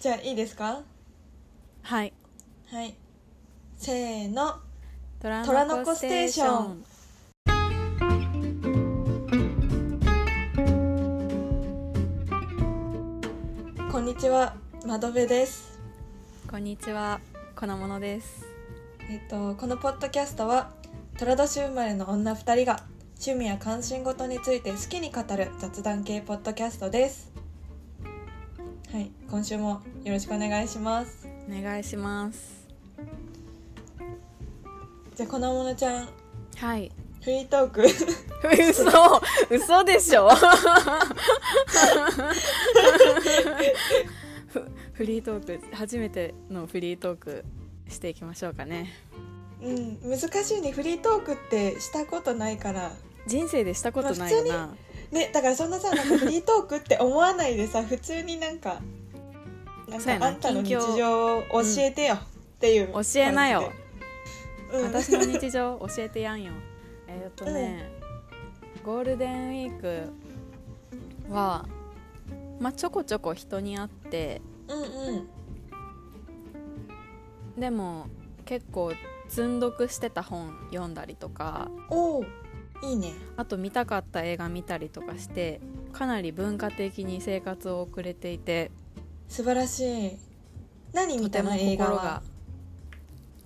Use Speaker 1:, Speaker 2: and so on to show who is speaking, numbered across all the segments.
Speaker 1: じゃあいいですか
Speaker 2: はい
Speaker 1: はいせーの
Speaker 2: 虎
Speaker 1: 虎の子ステーションこんにちは窓辺です
Speaker 2: こんにちは粉ものです
Speaker 1: えっとこのポッドキャストは寅年生まれの女2人が趣味や関心事について好きに語る雑談系ポッドキャストですはい今週もよろしくお願いします
Speaker 2: お願いします
Speaker 1: じゃあこのものちゃん
Speaker 2: はい
Speaker 1: フリートーク
Speaker 2: 嘘嘘でしょふフリートーク初めてのフリートークしていきましょうかね
Speaker 1: うん難しいねフリートークってしたことないから
Speaker 2: 人生でしたことないよ
Speaker 1: まあ
Speaker 2: な
Speaker 1: ねだからそんなさなんかフリートークって思わないでさ普通になんかなん
Speaker 2: そうや
Speaker 1: か
Speaker 2: な
Speaker 1: あんたの日
Speaker 2: 近況
Speaker 1: 常を教えてよっていう、
Speaker 2: 教えなよ
Speaker 1: 感じで、うん、
Speaker 2: 私の日常教えてやんよえっ、とね、ゴールデンウィークはまあちょこちょこ人に会って
Speaker 1: うんうん
Speaker 2: でも結構積んどくしてた本読んだりとか
Speaker 1: おおいいね
Speaker 2: あと見たかった映画見たりとかしてかなり文化的に生活を送れていて
Speaker 1: 素晴らしい何
Speaker 2: と
Speaker 1: 見
Speaker 2: て
Speaker 1: た
Speaker 2: も
Speaker 1: の映
Speaker 2: 心
Speaker 1: 画
Speaker 2: が
Speaker 1: は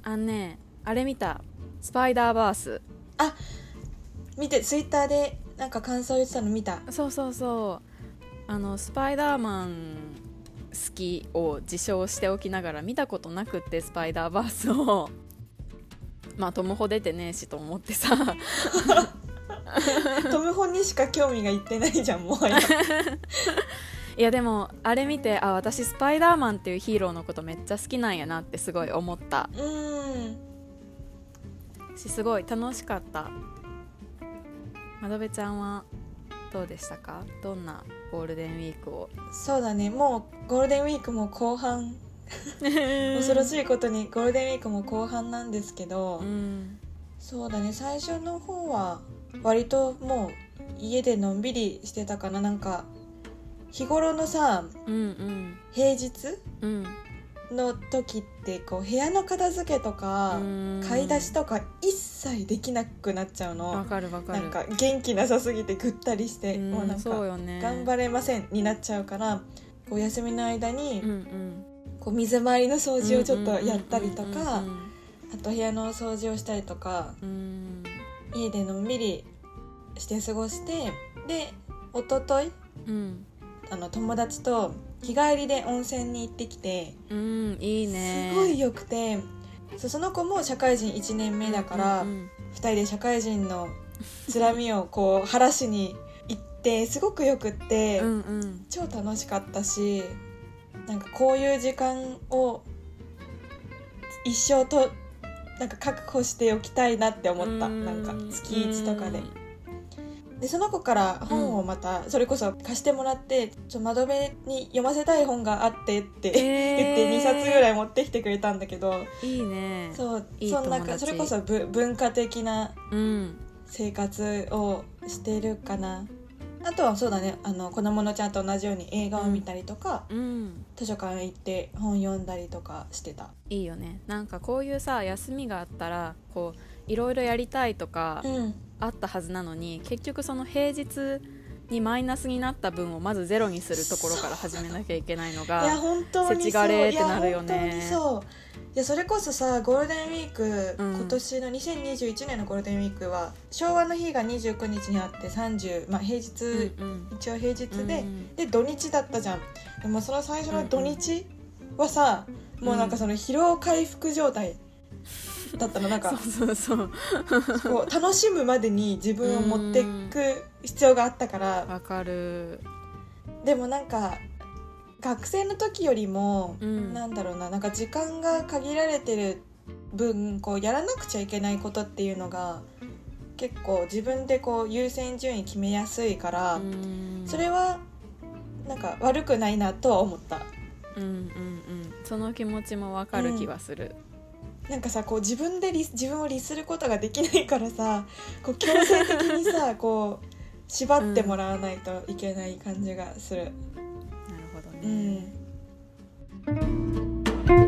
Speaker 2: あんねあれ見た「スパイダーバース
Speaker 1: 見てツイッターでなんか感想言ってたの見 た」
Speaker 2: そうそうそうあの「スパイダーマン好き」を自称しておきながら見たことなくって「スパイダーバースを」まあトム・ホ出てねえしと思ってさ
Speaker 1: トム・ホにしか興味がいってないじゃんもは や
Speaker 2: いやでもあれ見てあ私スパイダーマンっていうヒーローのことめっちゃ好きなんやなってすごい思った
Speaker 1: うん
Speaker 2: しすごい楽しかった窓辺ちゃんはどうでしたかどんなゴールデンウィークを
Speaker 1: そうだねもうゴールデンウィークも後半恐
Speaker 2: 恐
Speaker 1: ろし
Speaker 2: い、
Speaker 1: いことにゴールデンウィークも後半なんですけど、
Speaker 2: うん、
Speaker 1: そうだね最初の方は割ともう家でのんびりしてたかななんか日頃のさ
Speaker 2: うんうん
Speaker 1: 平日
Speaker 2: うん
Speaker 1: の時ってこう部屋の片付けとか
Speaker 2: うん
Speaker 1: 買い出しとか一切できなくなっちゃう
Speaker 2: わ
Speaker 1: の
Speaker 2: かるわか
Speaker 1: な
Speaker 2: る
Speaker 1: んか元気なさすぎてぐったりして
Speaker 2: うん
Speaker 1: もうなん
Speaker 2: そう
Speaker 1: か
Speaker 2: よね
Speaker 1: 頑張れませんになっちゃうからこう休みの間に
Speaker 2: うんうん
Speaker 1: こう水回りの掃除をちょっとやったりと
Speaker 2: う
Speaker 1: か
Speaker 2: ん
Speaker 1: あと部屋の掃除をしたりとか
Speaker 2: うんうん
Speaker 1: 家でのんびりして過ごしてで一昨日
Speaker 2: うん
Speaker 1: あの友達と日帰りで温泉に行ってきて
Speaker 2: うんうんいいね
Speaker 1: すごいよくてそうその子も社会人1年目だから、
Speaker 2: う
Speaker 1: 二
Speaker 2: ん
Speaker 1: 2人で社会人のつらみをこう晴らしに行ってすごくよくって、
Speaker 2: うんうんうん
Speaker 1: 超楽しかったしなんかこういう時間を一生となんか確保しておきたいなって思ったなんか月1とかででその子から本をまたそれこそ貸してもらって「ちょ窓辺に読ませたい本があって」って 言って2冊ぐら
Speaker 2: い
Speaker 1: い持ってきてくれたんだけど
Speaker 2: いいね
Speaker 1: そう
Speaker 2: いい
Speaker 1: そ
Speaker 2: 友
Speaker 1: んなか
Speaker 2: 達
Speaker 1: それこそぶ文化的な
Speaker 2: うん
Speaker 1: 生活をしているかなあとはそうだねあの子供のちゃんと同じように映画を見たりとか、
Speaker 2: うん
Speaker 1: 図書館行って本読んだりとかしてた
Speaker 2: いいよねなんかこういうさ休みがあったらこういろいろやりたいとか
Speaker 1: うん
Speaker 2: あったはずなのに結局その平日にマイナスになった分をまずゼロにするところから始めなきゃいけないの
Speaker 1: いや
Speaker 2: が
Speaker 1: 本当に
Speaker 2: せち
Speaker 1: そ
Speaker 2: が
Speaker 1: うい
Speaker 2: れー
Speaker 1: や
Speaker 2: ってなるよね
Speaker 1: 本当にそういやそれこそさゴールデンウィーク、
Speaker 2: うん
Speaker 1: 今年の2021年のゴールデンウィークは昭和の日が29日にあって30、まあ、平日、
Speaker 2: うん
Speaker 1: 一応平日で、
Speaker 2: うん
Speaker 1: で土日だったじゃんでもその最初の土日はさ、
Speaker 2: ん
Speaker 1: もうなんかその疲労回復状態だったのなん
Speaker 2: そう
Speaker 1: か
Speaker 2: そうそう
Speaker 1: こう楽しむまでに自分を持ってく必要があったから、
Speaker 2: わかる
Speaker 1: でもなんか学生の時よりも、
Speaker 2: うん
Speaker 1: なんだろうななんか時間が限られてる分こうやらなくちゃいけないことっていうのが結構自分でこう優先順位決めやすいから、
Speaker 2: うん
Speaker 1: それはなんか悪くないなとは思った
Speaker 2: うんうんうんその気持ちもわかる気がする、
Speaker 1: なんかさこう自分でリ自分を律することができないからさこう強制的に さこう縛ってもらわないといけない感じがする。
Speaker 2: なるほ
Speaker 1: う
Speaker 2: どね、
Speaker 1: ん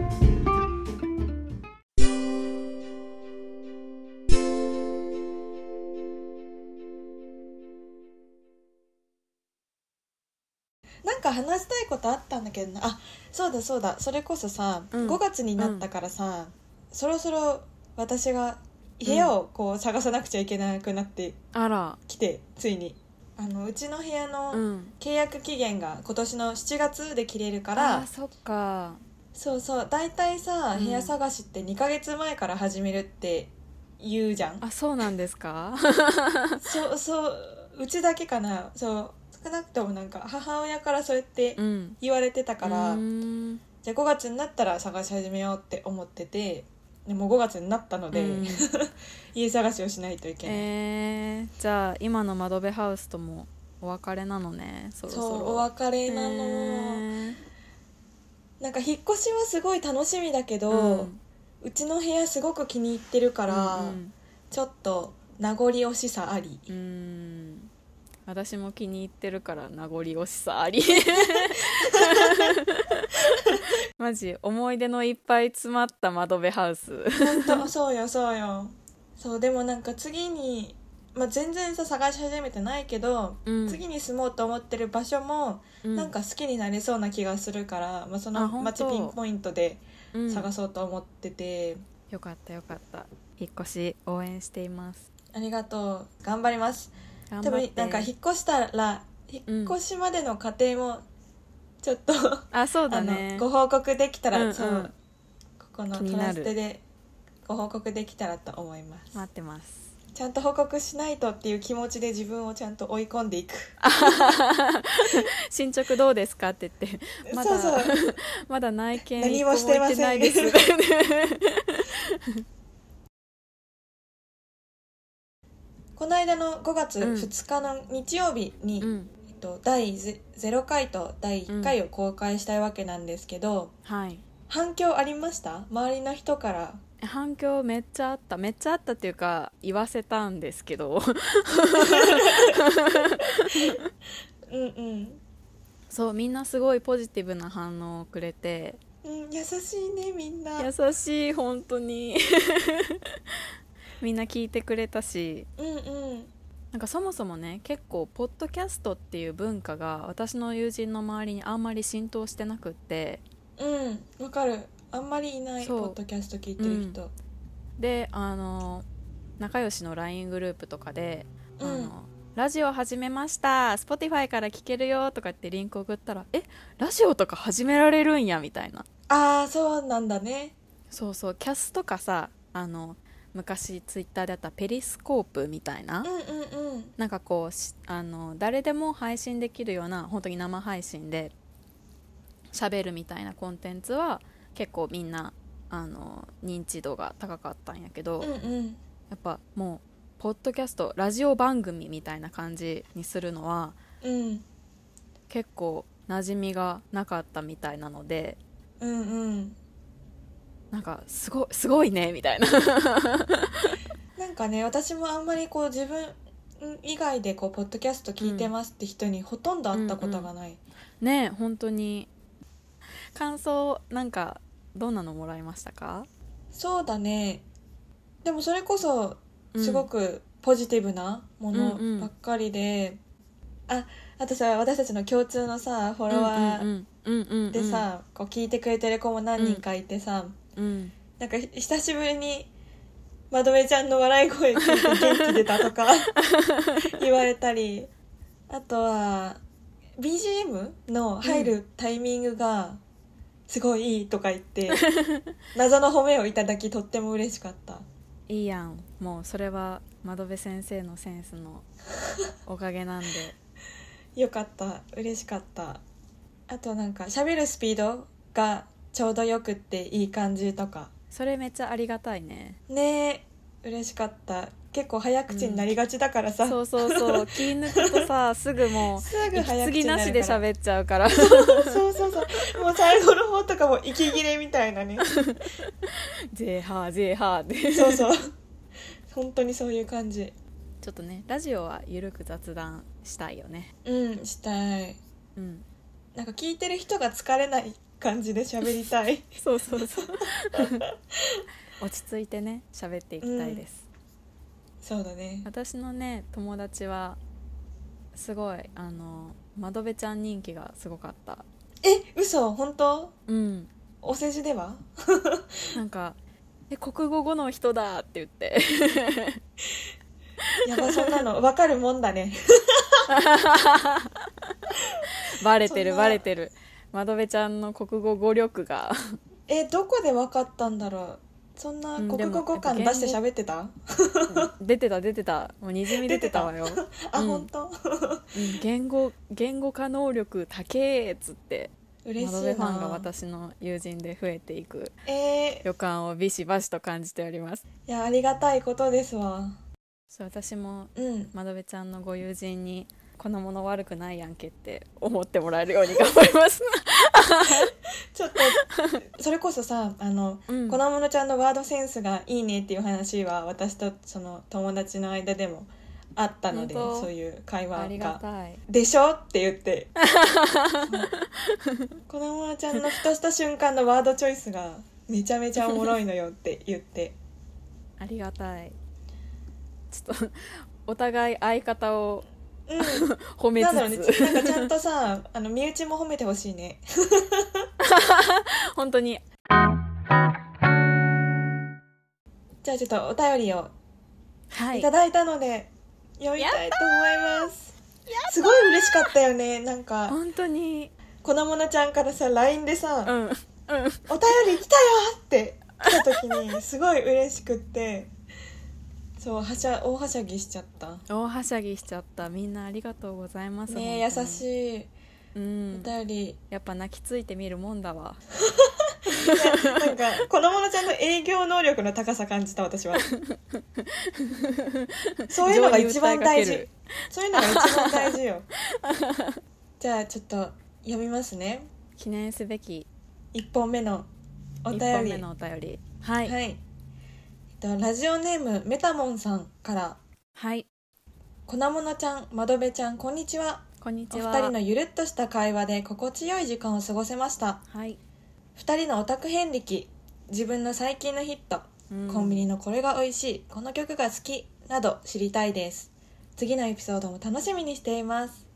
Speaker 1: か話したいことあったんだけどなあそうだそうだそれこそさ、
Speaker 2: うん
Speaker 1: 5月になったからさ、そろそろ私が部屋をこう探さなくちゃいけなくなって
Speaker 2: あら
Speaker 1: きて、ついにあのうちの部屋
Speaker 2: う
Speaker 1: の
Speaker 2: ん
Speaker 1: 契約期限が今年の7月で切れるか
Speaker 2: あ
Speaker 1: ら、
Speaker 2: ーそっか
Speaker 1: そうそう大体さ
Speaker 2: うん
Speaker 1: 部屋探しって2ヶ月前から始めるって言うじゃん、
Speaker 2: あそうなんです か
Speaker 1: そうそううちだけかなそう少なくともなんか母親からそうやって
Speaker 2: うん
Speaker 1: 言われてたから、
Speaker 2: うーん
Speaker 1: じゃあ5月になったら探し始めようって思っててでも5月になったので、
Speaker 2: うん
Speaker 1: 家探しをしないといけない、
Speaker 2: えー、じゃあ今の窓辺ハウスともお別れなのねそろそ
Speaker 1: そ
Speaker 2: ろ
Speaker 1: うお別れなの、
Speaker 2: えー
Speaker 1: なんか引っ越しはすごい楽しみだけど、
Speaker 2: う
Speaker 1: うんちの部屋すごく気に入ってるから、
Speaker 2: うん
Speaker 1: ちょっと名残惜しさあ り
Speaker 2: うんうん私も気に入ってるから名残惜しさあり マジ思い出のいっぱい詰まった窓辺ハウス
Speaker 1: 本当そうよそうよそうでもなんか次に、まあ、全然さ探し始めてないけど、
Speaker 2: うん
Speaker 1: 次に住もうと思ってる場所も、なんか好きになれそうな気がするから、まあ、そ
Speaker 2: あ
Speaker 1: の
Speaker 2: 本当
Speaker 1: 街ピンポイントで
Speaker 2: うん
Speaker 1: 探そうと思ってて、
Speaker 2: よかったよかった引っ越し応援しています
Speaker 1: ありがとう頑張ります
Speaker 2: 頑
Speaker 1: で
Speaker 2: 張っ
Speaker 1: も
Speaker 2: て
Speaker 1: なんか引っ越したら引っ越しまでの過程もちょっと、
Speaker 2: あそうだ
Speaker 1: あ
Speaker 2: ね
Speaker 1: のご報告できたら、
Speaker 2: うんうん
Speaker 1: そうここの
Speaker 2: 気に
Speaker 1: ト
Speaker 2: な
Speaker 1: ラ
Speaker 2: る
Speaker 1: ステでご報告できたらと思います
Speaker 2: 待ってます
Speaker 1: ちゃんと報告しないとっていう気持ちで自分をちゃんと追い込んでいく
Speaker 2: 進捗どうですかって言ってまだ
Speaker 1: そうそう
Speaker 2: まだ内見
Speaker 1: 何もしてません
Speaker 2: 一個行ってないです
Speaker 1: この間の5月
Speaker 2: うん
Speaker 1: 2日の日曜日に、
Speaker 2: うん
Speaker 1: えっと、第ゼ0回と第1回を公開したいわけなんですけど、
Speaker 2: はい
Speaker 1: 反響ありました周りの人から
Speaker 2: 反響めっちゃあっためっちゃあったっていうか言わせたんですけど
Speaker 1: うんうん
Speaker 2: そうみんなすごいポジティブな反応をくれて
Speaker 1: うん、優しいねみんなうん
Speaker 2: 優しい本当に みんな聞いてくれたし
Speaker 1: うん
Speaker 2: なんかそもそもね結構ポッドキャストっていう文化が私の友人の周りにあんまり浸透してなくって
Speaker 1: うんわかるあんまりいない
Speaker 2: そう
Speaker 1: ポッドキャスト聞いてる人
Speaker 2: であの仲良しの LINE グループとかで「
Speaker 1: うん
Speaker 2: あのラジオ始めました Spotify から聞けるよ」とかってリンク送ったら「えラジオとか始められるんや」みたいな
Speaker 1: ああそうなんだね
Speaker 2: そうそうキャスとかさあの昔ツイッターであったペリスコープみたいな、
Speaker 1: うんうんうん
Speaker 2: なんかこうしあの誰でも配信できるような本当に生配信で喋るみたいなコンテンツは結構みんなあの認知度が高かったんやけど、
Speaker 1: う
Speaker 2: や
Speaker 1: んうん
Speaker 2: っぱもうポッドキャストラジオ番組みたいな感じにするのは
Speaker 1: うん
Speaker 2: 結構馴染みがなかったみたいなので
Speaker 1: うんうん
Speaker 2: なんかすごすごいねみたいな
Speaker 1: なんかね私もあんまりこう自分以外でこうポッドキャスト聞いてますって人にほとんど会ったことがない、
Speaker 2: ねえ本当に感想なんかどんなのもらいましたか
Speaker 1: そうだねでもそれこそ
Speaker 2: うん
Speaker 1: すごくポジティブなも
Speaker 2: うんうん
Speaker 1: のばっかりで、ああとさ私たちの共通のさフォロワ
Speaker 2: う
Speaker 1: ー
Speaker 2: んうんうんうんうん
Speaker 1: でさ、こう聞いてくれてる子も何人かいてさ、
Speaker 2: うん
Speaker 1: なんかひ久しぶりにまどめちゃんの笑い声聞いて元気出たと か言われたりあとは BGM の入るタイミングがすごいいいとか言っ て、謎の褒めをいただきとっても嬉しかった
Speaker 2: いいやんもうそれは窓辺先生のセンス のおかげなんで
Speaker 1: よかった嬉しかったあとなんか喋るスピードがちょうどよくっていい感じとか
Speaker 2: それめっちゃありがたいね
Speaker 1: ねえ嬉しかった結構早口になりがちだからさ、
Speaker 2: そうそ うそう気抜くとさすぐもう
Speaker 1: すぐ
Speaker 2: 息
Speaker 1: 早
Speaker 2: 継
Speaker 1: 口
Speaker 2: ぎ
Speaker 1: にな
Speaker 2: な
Speaker 1: るから
Speaker 2: しで喋っちゃうから
Speaker 1: そうそうそう。もう最後の方とかも息切れみたいな ね。
Speaker 2: ぜーはーぜーはーって
Speaker 1: そうそう。本当にそういう感じ。
Speaker 2: ちょっとねラジオはゆるく雑談したいよね
Speaker 1: うん、したい。
Speaker 2: うん
Speaker 1: なんか聞いてる人が疲れない感じで喋りた い。
Speaker 2: そうそうそう落ち着いてね喋っていきたいです、
Speaker 1: そうだね。
Speaker 2: 私のね友達はすごいあの窓辺ちゃん人気がすごかった
Speaker 1: え嘘本当
Speaker 2: うん
Speaker 1: お世辞では
Speaker 2: なんか「え国語語の人だ」って言って
Speaker 1: やばそんなの分かるもんだね
Speaker 2: バレてる
Speaker 1: そんな
Speaker 2: バレてる窓辺ちゃんの国語語力が
Speaker 1: えどこで分かったんだろうそんな
Speaker 2: うん
Speaker 1: 国
Speaker 2: で
Speaker 1: 語
Speaker 2: も
Speaker 1: 語感出して喋ってた、
Speaker 2: 出てた出てたもうにじみ出てたわよ、うん
Speaker 1: あ、
Speaker 2: うん
Speaker 1: 本当
Speaker 2: 言語言語化能力高えっつって
Speaker 1: 嬉しい
Speaker 2: 窓
Speaker 1: な
Speaker 2: 辺ファンが私の友人で増えていく
Speaker 1: えー、
Speaker 2: 予感をビシバシと感じております
Speaker 1: いやありがたいことですわ
Speaker 2: そう私も
Speaker 1: うん
Speaker 2: 窓辺ちゃんのご友人にこのもの悪くないやんけって思ってもらえるように頑張ります、
Speaker 1: ちょっとそれこそさあの、
Speaker 2: うん
Speaker 1: このものちゃんのワードセンスがいいねっていう話は私とその友達の間でもあったので
Speaker 2: 本当
Speaker 1: そういう会
Speaker 2: あ
Speaker 1: 話
Speaker 2: りが
Speaker 1: が
Speaker 2: たい
Speaker 1: 「でしょ?」って言 ってこのものちゃんのふとした瞬間のワードチョイスがめちゃめちゃおもろいのよって言 って
Speaker 2: ありがたいちょっとお互い相方を
Speaker 1: うん
Speaker 2: 褒め
Speaker 1: なんだろうね
Speaker 2: つつ、
Speaker 1: なんかちゃんとさあの身内も褒めてほしいね
Speaker 2: 本当に
Speaker 1: じゃあちょっとお便りを
Speaker 2: はいい
Speaker 1: ただいたので読みたいと思いますすごい嬉しかったよねなんか
Speaker 2: 本当に
Speaker 1: 粉ものちゃんからさ LINE でさ、
Speaker 2: うんうん
Speaker 1: お便り来たよ!」って来た時にすごい嬉しくってそうはしゃ大はしゃぎしちゃった
Speaker 2: 大はしゃぎしちゃったみんなありがとうございます
Speaker 1: ねえ優し
Speaker 2: い、
Speaker 1: い
Speaker 2: うん
Speaker 1: お、便り、
Speaker 2: やっぱ泣きついてみるもんだわ
Speaker 1: なんかこのものちゃんの営業能力の高さ感じた私 はそういうのが一番大
Speaker 2: 情に訴え
Speaker 1: 事
Speaker 2: かける
Speaker 1: そういうのが一番大事 よじゃあちょっと読みますね
Speaker 2: 記念すべき
Speaker 1: 1本目のお
Speaker 2: 一
Speaker 1: 便
Speaker 2: 本
Speaker 1: り
Speaker 2: 目のお便りはい
Speaker 1: はい、えっと、ラジオネームメタモンさんから
Speaker 2: はい、
Speaker 1: 「粉ものちゃん窓辺ちゃんこんにちは」
Speaker 2: こんに
Speaker 1: お
Speaker 2: ちは
Speaker 1: 二人のゆるっとした会話で心地よい時間を過ごせました
Speaker 2: はい、
Speaker 1: 二人のオタク遍歴自分の最近のヒット、
Speaker 2: うん
Speaker 1: コンビニのこれが美味しいこの曲が好きなど知りたいです次のエピソードも楽しみにしています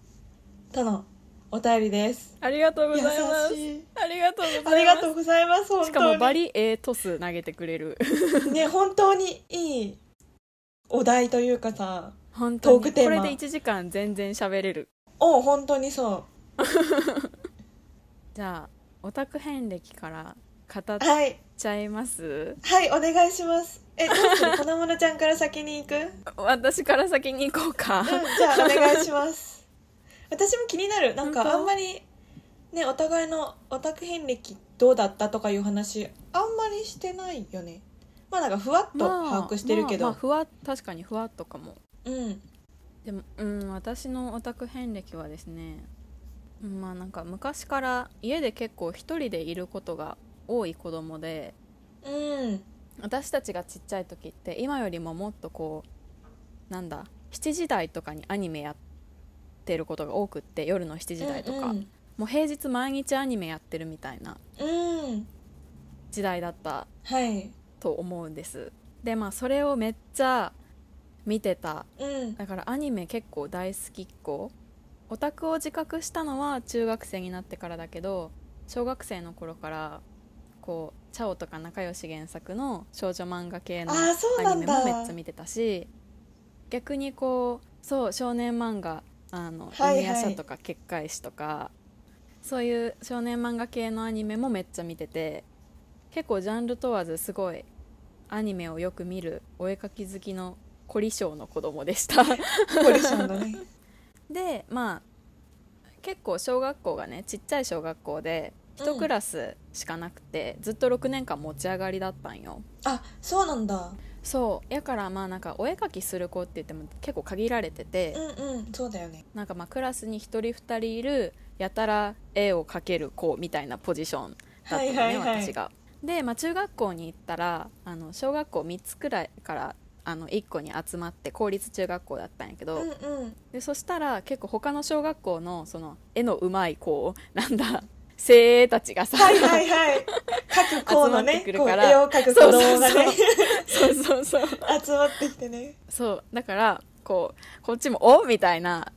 Speaker 1: とのお便りです
Speaker 2: ありがとうご
Speaker 1: 優
Speaker 2: ざいます
Speaker 1: しい
Speaker 2: ありがとうございます
Speaker 1: ありがとうございます本当に
Speaker 2: しかもバリええトス投げてくれる
Speaker 1: ね本当にいいお題というかさ
Speaker 2: 本当に
Speaker 1: トークテーマ
Speaker 2: これで1時間全然喋れる
Speaker 1: お本当にそう
Speaker 2: じゃあオタク遍歴から語っ
Speaker 1: はい
Speaker 2: ちゃいます
Speaker 1: はいお願いしますえどうする粉ものちゃんから先に行くうん
Speaker 2: 私から先に行こう か
Speaker 1: じゃあお願いします私も気になるなん
Speaker 2: 本
Speaker 1: か
Speaker 2: 当
Speaker 1: あんまりねお互いのオタク遍歴どうだったとかいう話あんまりしてないよねまあなんかふわっと把握してるけど、
Speaker 2: まあまあふわ確かにふわっとかも
Speaker 1: うん
Speaker 2: でもうん私のオタク遍歴はですねうんまあなんか昔から家で結構一人でいることが多い子供で
Speaker 1: うん
Speaker 2: 私たちがちっちゃい時って今よりももっとこうなんだ7時台とかにアニメやってることが多くって夜の7時台とか、
Speaker 1: うん
Speaker 2: もう平日毎日アニメやってるみたいな
Speaker 1: うん、うん
Speaker 2: 時代だった
Speaker 1: はい
Speaker 2: と思うんですでまあそれをめっちゃ見てた
Speaker 1: うん
Speaker 2: だからアニメ結構大好きっ子オタクを自覚したのは中学生になってからだけど小学生の頃からこうチャオとか仲良し原作の少女漫画系の
Speaker 1: あーそうな
Speaker 2: ア
Speaker 1: ん
Speaker 2: ニメ
Speaker 1: だ
Speaker 2: もめっちゃ見てたし逆にこうそう少年漫画あの
Speaker 1: はいはい
Speaker 2: 犬夜叉とか結界誌とかそういう少年漫画系のアニメもめっちゃ見てて結構ジャンル問わずすごいアニメをよく見るお絵かき好きの凝り性の子供で した
Speaker 1: コリション のね
Speaker 2: でまあ結構小学校がねちっちゃい小学校で1クラスしかなくて、ずっと6年間持ち上がりだったんよ
Speaker 1: あそうなんだ
Speaker 2: そうやからまあなんかお絵かきする子って言っても結構限られてて、
Speaker 1: うんうんそうだよね
Speaker 2: なんかまあクラスに1人2人いるやたら絵を描ける子みたいなポジションだったのね、
Speaker 1: はいはいはい
Speaker 2: 私が。で、まあ、中学校に行ったらあの小学校3つくらいからあの1個に集まって公立中学校だったんやけ
Speaker 1: う
Speaker 2: ど、
Speaker 1: んうん
Speaker 2: でそしたら結構他の小学校のその絵のうまい子なんだ精鋭たちが さ、
Speaker 1: はいはいはい各校の
Speaker 2: 集まっ
Speaker 1: ね
Speaker 2: てくる
Speaker 1: こう
Speaker 2: から
Speaker 1: 絵を描く子供が
Speaker 2: そうそう
Speaker 1: ね
Speaker 2: そう そうそうそう
Speaker 1: 集まってきてね
Speaker 2: そうだからこうこっちも「おみたいな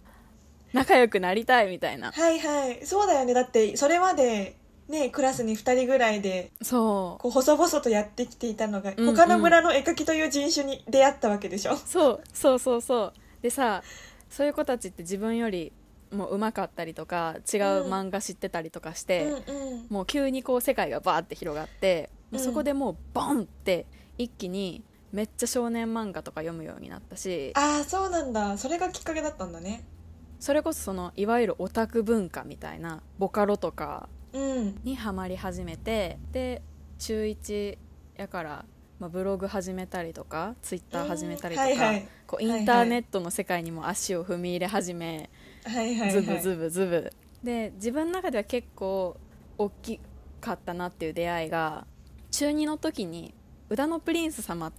Speaker 2: 仲良くなりたいみたいな
Speaker 1: はいはいそうだよねだってそれまでねクラスに2人ぐらいで
Speaker 2: そう
Speaker 1: こう細々とやってきていたのが、
Speaker 2: うんうん
Speaker 1: 他の村の絵描きという人種に出会ったわけでしょ
Speaker 2: そうそうそうそうでさそういう子たちって自分よりもう上手かったりとか違う
Speaker 1: うん
Speaker 2: 漫画知ってたりとかして、
Speaker 1: うんうん
Speaker 2: もう急にこう世界がバーって広がって、もう
Speaker 1: うん
Speaker 2: そこでもうボンって一気にめっちゃ少年漫画とか読むようになったし
Speaker 1: ああそうなんだそれがきっかけだったんだね
Speaker 2: それこそそのいわゆるオタク文化みたいなボカロとか
Speaker 1: うん
Speaker 2: にハマり始めてで中1やから、まあ、ブログ始めたりとかツイッター始めたりとか、
Speaker 1: うんはいはい
Speaker 2: こうインターネットの世界にも足を踏み入れ始め、
Speaker 1: はいはいはい
Speaker 2: ズブズブズブで自分の中では結構大きかったなっていう出会いが中2の時に歌のプリンス様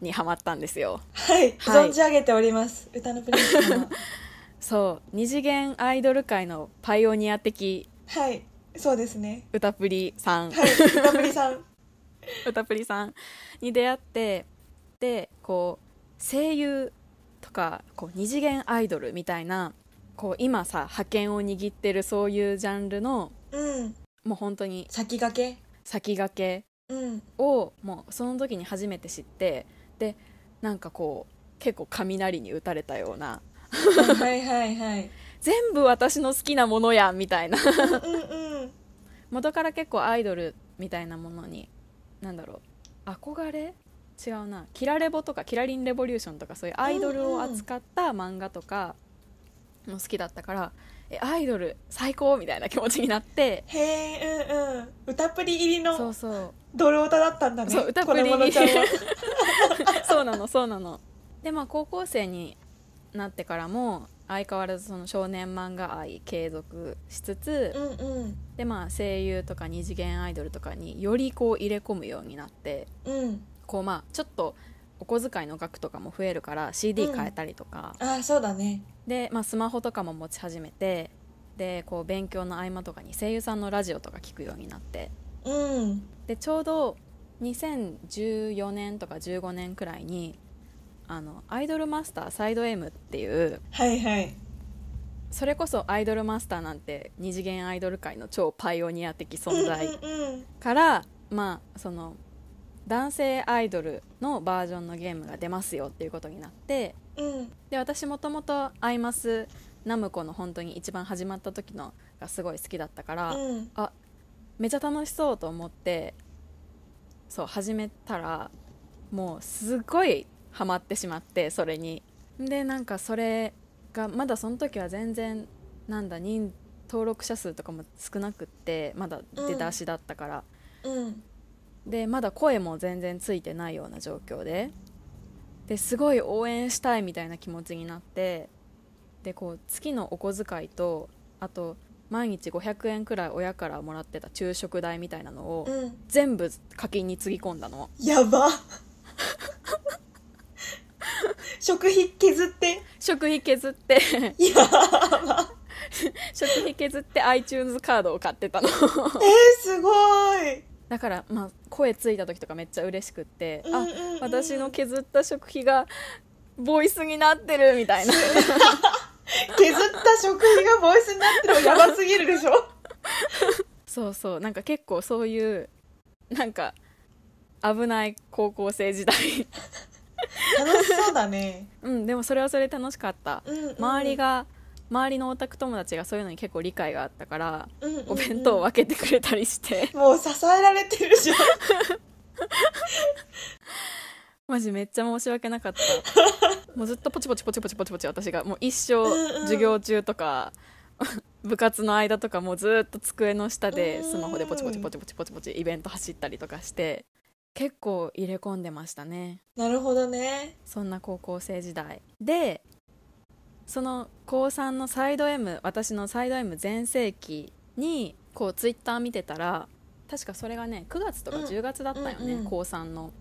Speaker 2: にハマったんですよ
Speaker 1: はい、
Speaker 2: はい
Speaker 1: 存じ上げております歌のプリンス様
Speaker 2: そう二次元アイドル界のパイオニア的
Speaker 1: はいそうですね
Speaker 2: 歌プリさん
Speaker 1: はい歌プリさん
Speaker 2: 歌プリさんに出会ってでこう声優とかこう二次元アイドルみたいなこう今さ覇権を握ってるそういうジャンルの
Speaker 1: うん
Speaker 2: もう本当に
Speaker 1: 先駆け
Speaker 2: 先駆け
Speaker 1: うん
Speaker 2: をもうその時に初めて知ってでなんかこう結構雷に打たれたような
Speaker 1: はいはいはい
Speaker 2: 全部私の好きなものやみたいな
Speaker 1: うんうん
Speaker 2: 元から結構アイドルみたいなものになんだろう憧れ違うなキラレボとかキラリンレボリューションとかそういうアイドルを扱った漫画とかも好きだったから、えアイドル最高みたいな気持ちになって
Speaker 1: へえうんうん歌プリ入り
Speaker 2: そ
Speaker 1: の
Speaker 2: うそう
Speaker 1: 泥歌だったんだね
Speaker 2: そう歌プリ
Speaker 1: このものちゃんは
Speaker 2: そうなのそうなのでまあ高校生になってからも相変わらずその少年漫画愛継続しつつ、
Speaker 1: うん
Speaker 2: でまあ声優とか二次元アイドルとかによりこう入れ込むようになって
Speaker 1: うんうん
Speaker 2: こうまあちょっとお小遣いの額とかも増えるから CD
Speaker 1: うん
Speaker 2: 変えたりとか、
Speaker 1: ああそうだね
Speaker 2: で、まあ、スマホとかも持ち始めてでこう勉強の合間とかに声優さんのラジオとか聞くようになって
Speaker 1: うん
Speaker 2: でちょうど2014年とか15年くらいにあのアイドルマスターサイド M っていう
Speaker 1: はいはい
Speaker 2: それこそアイドルマスターなんて二次元アイドル界の超パイオニア的存在
Speaker 1: うんうんうん
Speaker 2: から、まあその男性アイドルのバージョンのゲームが出ますよっていうことになって
Speaker 1: うん
Speaker 2: で私もともとアイマスナムコの本当に一番始まった時のがすごい好きだったから、
Speaker 1: うん
Speaker 2: あめちゃ楽しそうと思ってそう始めたらもうすごいハマってしまってそれにでなんかそれがまだその時は全然なんだ人登録者数とかも少なくってまだ出だしだったから、
Speaker 1: うん
Speaker 2: でまだ声も全然ついてないような状況でですごい応援したいみたいな気持ちになってでこう月のお小遣いとあと毎日500円くらい親からもらってた昼食代みたいなのを
Speaker 1: うん
Speaker 2: 全部課金につぎ込んだの
Speaker 1: やば食費削って
Speaker 2: 食費削って
Speaker 1: いやば
Speaker 2: 食費削って iTunes カードを買ってたの
Speaker 1: えー、すごい、
Speaker 2: だからまあ声ついた時とかめっちゃ嬉しくって、
Speaker 1: うんうんうん
Speaker 2: あ私の削った食費がボイスになってるみたいな
Speaker 1: 削った食費がボイスになってるのやばすぎるでしょ
Speaker 2: そうそうなんか結構そういうなんか危ない高校 生時代
Speaker 1: 楽しそうだね、
Speaker 2: うんでもそれはそれで楽しかった
Speaker 1: うんうん
Speaker 2: 周り、が周りのオタク友達がそういうのに結構理解があったから
Speaker 1: うんうんうん
Speaker 2: お弁当を分けてくれたりして、
Speaker 1: もう支えられてるじゃん
Speaker 2: マジめっちゃ申し訳なかった もうずっとポチポチポチポチポチポチ私がもう一
Speaker 1: うんうん
Speaker 2: 生授業中とか 部活の間とかもうずっと机の下
Speaker 1: う
Speaker 2: で
Speaker 1: ん
Speaker 2: スマホでポチポチポチポチポチポチイベント走ったりとかして結構入れ込んでましたね
Speaker 1: なるほどね
Speaker 2: そんな高校生時代でその高3のサイド M 私のサイド M 全盛期にこうツイッター見てたら確かそれがね9月とか
Speaker 1: うん
Speaker 2: 10月だったよね、
Speaker 1: うんうん
Speaker 2: 高3の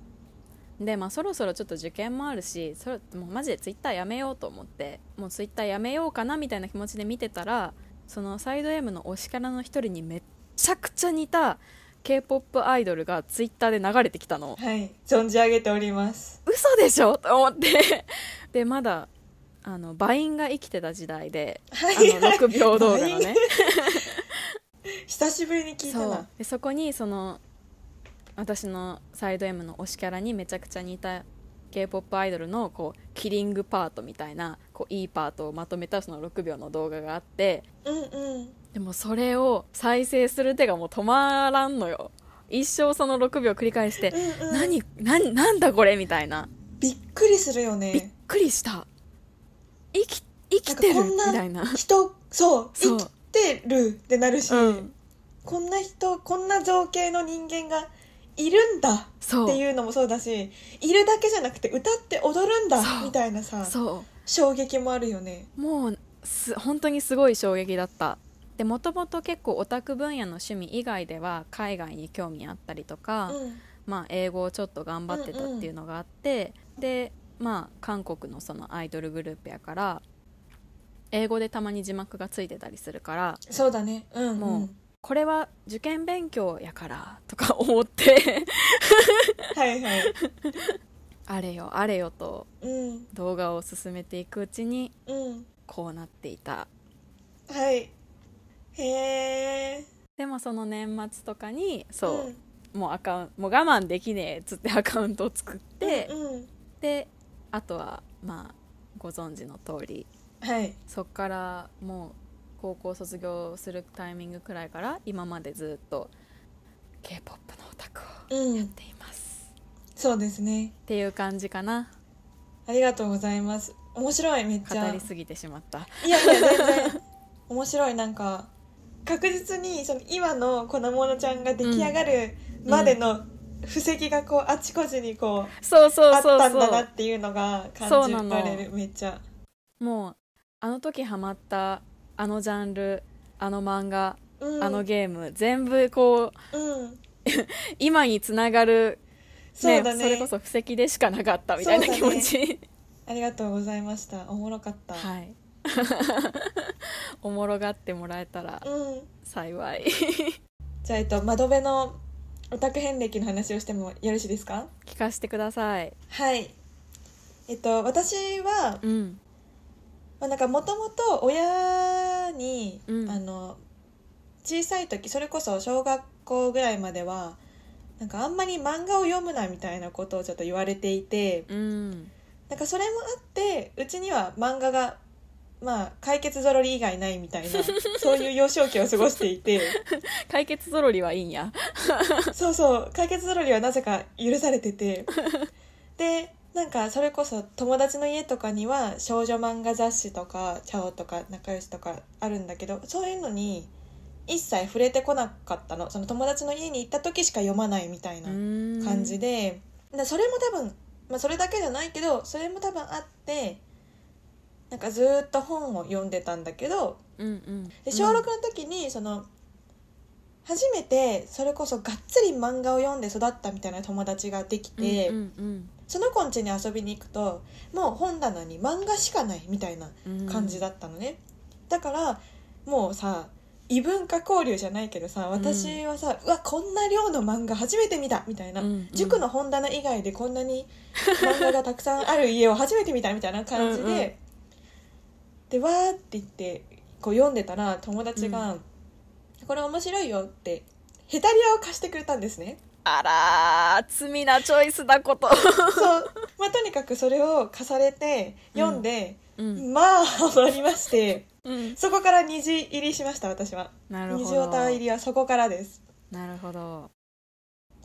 Speaker 2: でまあそろそろちょっと受験もあるしそれもうマジでツイッターやめようと思ってもうツイッターやめようかなみたいな気持ちで見てたらそのサイド M の推しキャラの一人にめっちゃくちゃ似た k p o p アイドルがツイッターで流れてきたの
Speaker 1: はい存じ上げております
Speaker 2: 嘘でしょと思ってでまだあのバインが生きてた時代であ
Speaker 1: はい
Speaker 2: の6秒動画のね
Speaker 1: 久しぶりに聞いた
Speaker 2: そう
Speaker 1: な
Speaker 2: でそこにその私のサイド M の推しキャラにめちゃくちゃ似た k p o p アイドルのこうキリングパートみたいなこういいパートをまとめたその6秒の動画があって
Speaker 1: うんうん
Speaker 2: でもそれを再生する手がもう止まらんのよ一生その6秒繰り返して
Speaker 1: うんうん
Speaker 2: 何何なんだこれみたいな
Speaker 1: びっくりするよ
Speaker 2: びっ
Speaker 1: ね
Speaker 2: くりした生き生きてる
Speaker 1: なんかこん
Speaker 2: み
Speaker 1: な
Speaker 2: たいな
Speaker 1: 人そう
Speaker 2: そう
Speaker 1: 生きてるってなるし、
Speaker 2: うん
Speaker 1: こんな人こんな造形の人間がいるんだ
Speaker 2: そう
Speaker 1: っていうのもそうだしいるだけじゃなくて歌って踊るん
Speaker 2: そう
Speaker 1: だみたいなさ
Speaker 2: そ
Speaker 1: 衝撃もあるよね
Speaker 2: うもうす本当にすごい衝撃だったでもともと結構オタク分野の趣味以外では海外に興味あったりとか、
Speaker 1: うん
Speaker 2: まあ、英語をちょっと頑張ってたっていうのがあって、で、まあ、韓国のそのアイドルグループやから英語でたまに字幕がついてたりするから
Speaker 1: そうだねうんうん
Speaker 2: もこれは受験勉強やからとか思って
Speaker 1: はいはい
Speaker 2: あれよあれよと
Speaker 1: うん
Speaker 2: 動画を進めていくうちに
Speaker 1: うん
Speaker 2: こうなっていた
Speaker 1: はいへえ
Speaker 2: でもその年末とかにそう、もうアカウンもう我慢できねえっつってアカウントを作って、
Speaker 1: うんうん
Speaker 2: であとはまあご存知の通り
Speaker 1: はい
Speaker 2: そっからもう高校卒業するタイミングくらいから今までずっと k p o p のオタクを
Speaker 1: う
Speaker 2: やっ
Speaker 1: ん
Speaker 2: ています、
Speaker 1: そうですね
Speaker 2: っていう感じかな
Speaker 1: ありがとうございます面白いめっちゃ
Speaker 2: 語りすぎてしまった
Speaker 1: いやいや全然 面白いなんか確実にその今の子供のちゃんが出来上がるまでの布石がこうあちこちにこう
Speaker 2: そうそう
Speaker 1: あっ
Speaker 2: そう
Speaker 1: たん
Speaker 2: そ
Speaker 1: だな
Speaker 2: う
Speaker 1: っていうのが
Speaker 2: そう
Speaker 1: 感じ
Speaker 2: なの
Speaker 1: られるめっちゃ
Speaker 2: もうあの時ハマったあのジャンルあの漫画、
Speaker 1: うん
Speaker 2: あのゲーム全部こう
Speaker 1: うん
Speaker 2: 今につながる、
Speaker 1: そうだね
Speaker 2: それこそ布石でしかなかったみたいな気持ち、
Speaker 1: ありがとうございましたおもろかった、
Speaker 2: はい おもろがってもらえたら
Speaker 1: うん
Speaker 2: 幸い
Speaker 1: じゃあえっと窓辺のオタク遍歴の話をしてもよろしいですか
Speaker 2: 聞かせてください。
Speaker 1: はいえっと私は
Speaker 2: うん。
Speaker 1: まあ、なんかもともと親に、
Speaker 2: うん
Speaker 1: あの小さい時それこそ小学校ぐらいまではなんかあんまり漫画を読むなみたいなことをちょっと言われていて
Speaker 2: うん。
Speaker 1: なんかそれもあってうちには漫画が、まあ、解決ぞろり以外ないみたい なそういう幼少期を過ごしていて
Speaker 2: 解決ぞろりはいいんや。
Speaker 1: そうそう解決ぞろりはなぜか許されててでなんかそれこそ友達の家とかには少女漫画雑誌とか「チャオ」とか「仲良し」とかあるんだけどそういうのに一切触れてこなかったのその友達の家に行った時しか読まないみたいな感
Speaker 2: 感
Speaker 1: じ。ででそれも多分、まあ、それだけじゃないけどそれも多分あってなんかずーっと本を読んでたんだけど
Speaker 2: うんうん。
Speaker 1: で小6の時にその初めてそれこそがっつり漫画を読んで育ったみたいな友達ができて、
Speaker 2: うんうん
Speaker 1: その子ん家に遊びに行くともう本棚に漫画しかないみたいな
Speaker 2: うんうん
Speaker 1: 感じ。だったのね、だからもうさ異文化交流じゃないけどさ私はさ、うわこんな量の漫画初めて見たみたいな、
Speaker 2: うんうん
Speaker 1: 塾の本棚以外でこんなに漫画がたくさんある家を初めて見たみたいな感じで
Speaker 2: うんうん
Speaker 1: でわーって言ってこう読んでたら友達が「これ面白いよ」ってヘタリアを貸してくれたんです ね。
Speaker 2: あらー、罪なチョイスだこと。
Speaker 1: そうまあ、とにかくそれを貸されて読んで、
Speaker 2: うん。
Speaker 1: まあハマりまして
Speaker 2: うん。
Speaker 1: そこから虹入りしました私は。
Speaker 2: なるほ
Speaker 1: 虹オ
Speaker 2: ど。
Speaker 1: タ入りはそこからです。
Speaker 2: なるほど。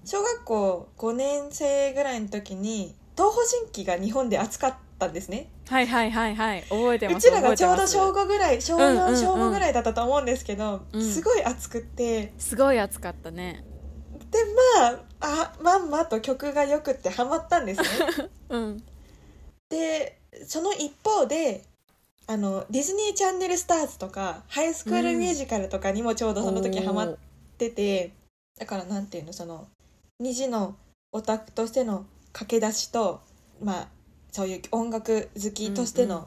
Speaker 1: 小学校5年生ぐらいの時に東方神起が日本で熱かったんですね。
Speaker 2: はいはいはいはい。覚えて
Speaker 1: う
Speaker 2: ます。
Speaker 1: ちらがちょうど小
Speaker 2: 覚
Speaker 1: 5ぐ
Speaker 2: えてま
Speaker 1: らい小
Speaker 2: うんうんう
Speaker 1: 4
Speaker 2: ん
Speaker 1: 小5ぐらいだったと思うんですけど、
Speaker 2: うん
Speaker 1: すごい熱くって
Speaker 2: す。すごい暑かったね。
Speaker 1: でまああまんまと曲がよくってハマったんですね
Speaker 2: うん。
Speaker 1: でその一方であのディズニーチャンネルスターズとかハイスクールミュージカルとかにもちょうどその時ハマってて、だからなんていうのその2次のオタクとしての駆け出しとまあそういう音楽好きとしての、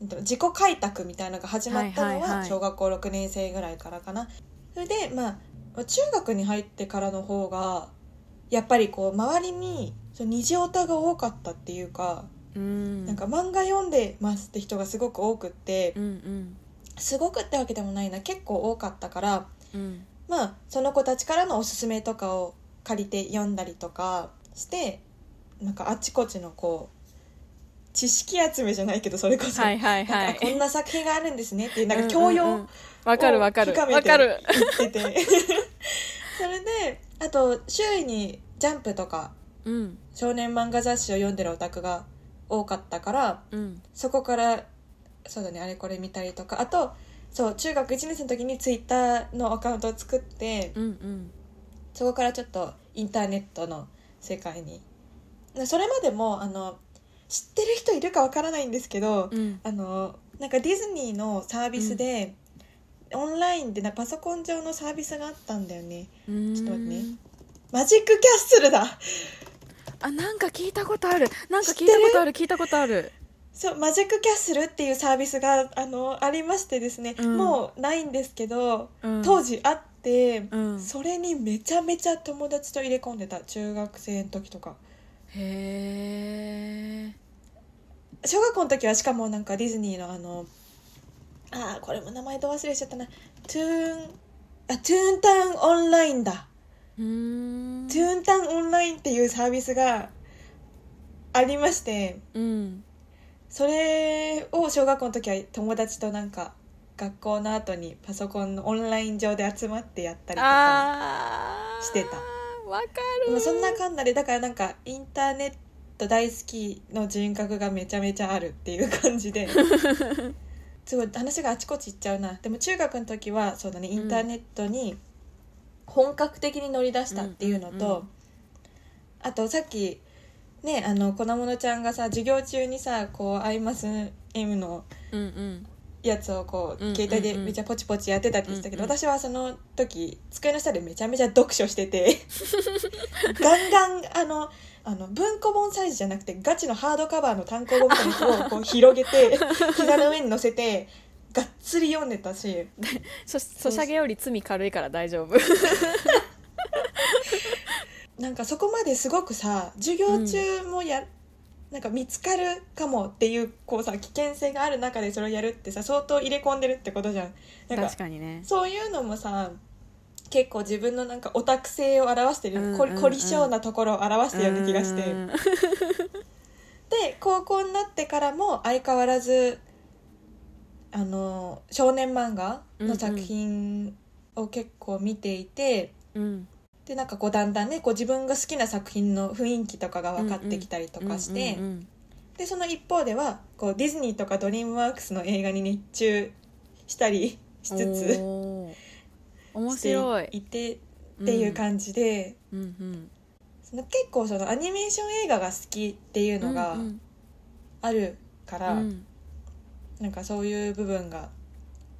Speaker 1: うんと自己開拓みたいなのが始まったの
Speaker 2: はいはい
Speaker 1: は
Speaker 2: はい
Speaker 1: 小学校6年生ぐらいからかな。それでまあ中学に入ってからの方がやっぱりこう周りにその二次オタが多かったっていうか
Speaker 2: うん
Speaker 1: なんか漫画読んでますって人がすごく多くって
Speaker 2: うんうん
Speaker 1: すごくってわけでもないな結構多かったから
Speaker 2: うん
Speaker 1: まあその子たちからのおすすめとかを借りて読んだりとかしてなんかあちこちのこう知識集めじゃないけどそれこそ、
Speaker 2: はいはいは
Speaker 1: なん
Speaker 2: い
Speaker 1: かあこんな作品があるんですねっていうなんか
Speaker 2: うん
Speaker 1: 教
Speaker 2: うんうん
Speaker 1: 養
Speaker 2: わかるわかる
Speaker 1: を深
Speaker 2: わ
Speaker 1: めて
Speaker 2: かる
Speaker 1: 言って てそれであと周囲に「ジャンプ」とか
Speaker 2: うん
Speaker 1: 少年漫画雑誌を読んでるオタクが多かったから
Speaker 2: うん
Speaker 1: そこからそうだねあれこれ見たりとかあとそう中学1年生の時にツイッターのアカウントを作って
Speaker 2: うんうん
Speaker 1: そこからちょっとインターネットの世界になそれまでもあの知ってる人いるかわからないんですけど、
Speaker 2: うん
Speaker 1: あのなんかディズニーのサービスで、オンラインでなパソコン上のサービスがあったんだよね
Speaker 2: うん
Speaker 1: ちょっと待ってねマジックキャッスルだ
Speaker 2: あなんか聞いたことあるなんか聞いたことある聞いたことある
Speaker 1: そうマジックキャッスルっていうサービスがあのありましてですね、
Speaker 2: うん
Speaker 1: もうないんですけど
Speaker 2: うん
Speaker 1: 当時あって、
Speaker 2: うん
Speaker 1: それにめちゃめちゃ友達と入れ込んでた中学生の時とか
Speaker 2: へえ
Speaker 1: 小学校の時はしかもなんかディズニーのあのあーこれも名前と忘れしちゃったなトゥーンあトゥーンタウンオンラインだ
Speaker 2: うーん
Speaker 1: トゥーンタウンオンラインっていうサービスがありまして
Speaker 2: うん
Speaker 1: それを小学校の時は友達となんか学校の後にパソコンのオンライン上で集まってやったりとか
Speaker 2: あー
Speaker 1: してた
Speaker 2: わか
Speaker 1: もう
Speaker 2: る
Speaker 1: そんなかんなでだからなんかインターネット大好きの人格がめちゃめちゃあるっていう感じ ですごい話があちこち行っちゃうなでも中学の時はそうだねインターネットに本格的に乗り出したっていうのと、
Speaker 2: うんうんうん
Speaker 1: あとさっきねあの粉ものちゃんがさ授業中にさこう「アイマス M」の
Speaker 2: うんうん
Speaker 1: やつをこう
Speaker 2: うん
Speaker 1: 携帯で
Speaker 2: うんうん
Speaker 1: めちゃポチポチやってたって言ってたけど、
Speaker 2: うんうん
Speaker 1: 私はその時机の下でめちゃめちゃ読書して てガンガンあのあの文庫本サイズじゃなくてガチのハードカバーの単行本みたいなのをこう広げ て膝の上に乗せてがっつり読んでたし
Speaker 2: そ ソシャゲより罪軽いから大丈夫
Speaker 1: なんかそこまですごくさ授業中もや、なんか見つかるかもっていうこうさ危険性がある中でそれをやるってさ相当入れ込んでるってことじゃん。なんか
Speaker 2: 確かにね
Speaker 1: そういうのもさ結構自分のなんかオタク性を表してる、
Speaker 2: うん
Speaker 1: こ
Speaker 2: うんうん
Speaker 1: 凝り性なところを表してるような気がして、
Speaker 2: うん
Speaker 1: で高校になってからも相変わらずあの少年漫画の作品を結構見ていて、
Speaker 2: うん
Speaker 1: でなんかこうだんだんねこう自分が好きな作品の雰囲気とかが分かってきたりとかして、
Speaker 2: うんうん
Speaker 1: でその一方ではこうディズニーとかドリームワークスの映画に熱中したりし
Speaker 2: うん
Speaker 1: つつ。
Speaker 2: おー面白い
Speaker 1: していてっていう感じで、
Speaker 2: うんうん
Speaker 1: その結構そのアニメーション映画が好きっていうのが
Speaker 2: うん
Speaker 1: あるから、
Speaker 2: うん
Speaker 1: なんかそういう部分が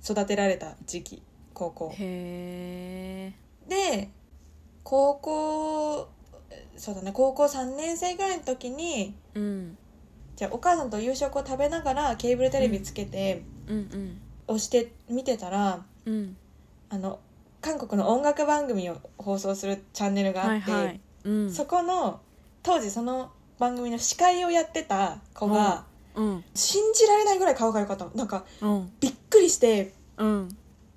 Speaker 1: 育てられた時期高校
Speaker 2: へえ
Speaker 1: で高校そうだね高校3年生ぐらいの時に
Speaker 2: うん
Speaker 1: じゃあお母さんと夕食を食べながらケーブルテレビつけて、
Speaker 2: うん
Speaker 1: 押して見てたら
Speaker 2: うんうん
Speaker 1: あの韓国の音楽番組を放送するチャンネルがあ
Speaker 2: はい
Speaker 1: って、
Speaker 2: はいうん
Speaker 1: そこの当時その番組の司会をやってた子が、
Speaker 2: うん
Speaker 1: 信じられないぐらい顔が良かったのなんか
Speaker 2: うん
Speaker 1: びっくりして
Speaker 2: うん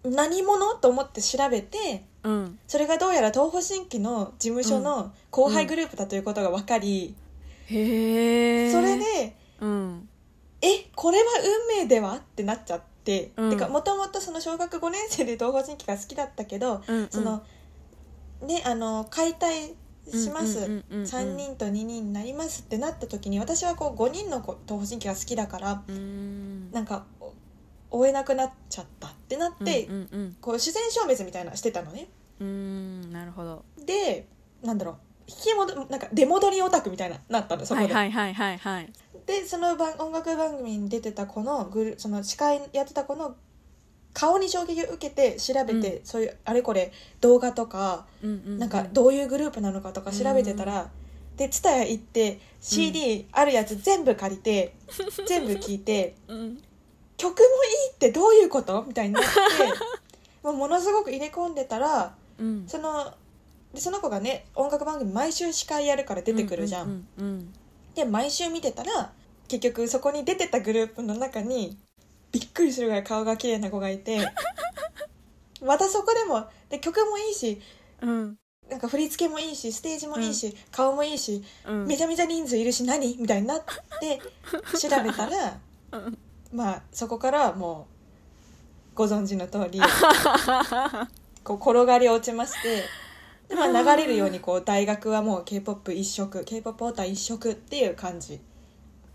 Speaker 1: 何者と思って調べて
Speaker 2: うん
Speaker 1: それがどうやら東方神起の事務所の後輩グループだということが分かり、
Speaker 2: へえ
Speaker 1: それで
Speaker 2: うん
Speaker 1: 「えこれは運命では?」ってなっちゃって、
Speaker 2: うん
Speaker 1: てかもともとその小学5年生で東方神起が好きだったけど、
Speaker 2: うんうん
Speaker 1: そのねあの解体します、
Speaker 2: うんうんうんうん
Speaker 1: 3人と2人になりますってなった時に私はこう5人の子東方神起が好きだから
Speaker 2: うん
Speaker 1: なんかお追えなくなっちゃったってなって、
Speaker 2: うんうん
Speaker 1: こう自然消滅みたいなのしてたのね
Speaker 2: うんうんなるほど
Speaker 1: でなんだろう引き戻なんか出戻りオタクみたいななったのそこ
Speaker 2: は
Speaker 1: で、
Speaker 2: いはいはいはいはい
Speaker 1: でその番音楽番組に出てた子のグルその司会やってた子の顔に衝撃を受けて調べて、そういうあれこれ動画とか
Speaker 2: うんうん
Speaker 1: なんかどういうグループなのかとか調べてたら、で TSUTAYA 行って CD あるやつ全部借りて、全部聴いて
Speaker 2: うん
Speaker 1: 曲もいいってどういうことみたいになってもうものすごく入れ込んでたら
Speaker 2: うん
Speaker 1: そのでその子がね音楽番組毎週司会やるから出てくるじゃん。
Speaker 2: うんうん
Speaker 1: で毎週見てたら結局そこに出てたグループの中にびっくりするぐらい顔が綺麗な子がいてまたそこでもで曲もいいし
Speaker 2: うん
Speaker 1: なんか振り付けもいいしステージもいいし、顔もいいし
Speaker 2: うん
Speaker 1: めちゃめちゃ人数いるし何みたいにな って調べたら
Speaker 2: うん
Speaker 1: まあそこからはもうご存知の 通りこう転がり落ちましてで、まあ、流れるようにこう大学はもう k p o p 一色 k p o p オータ一色っていう感じ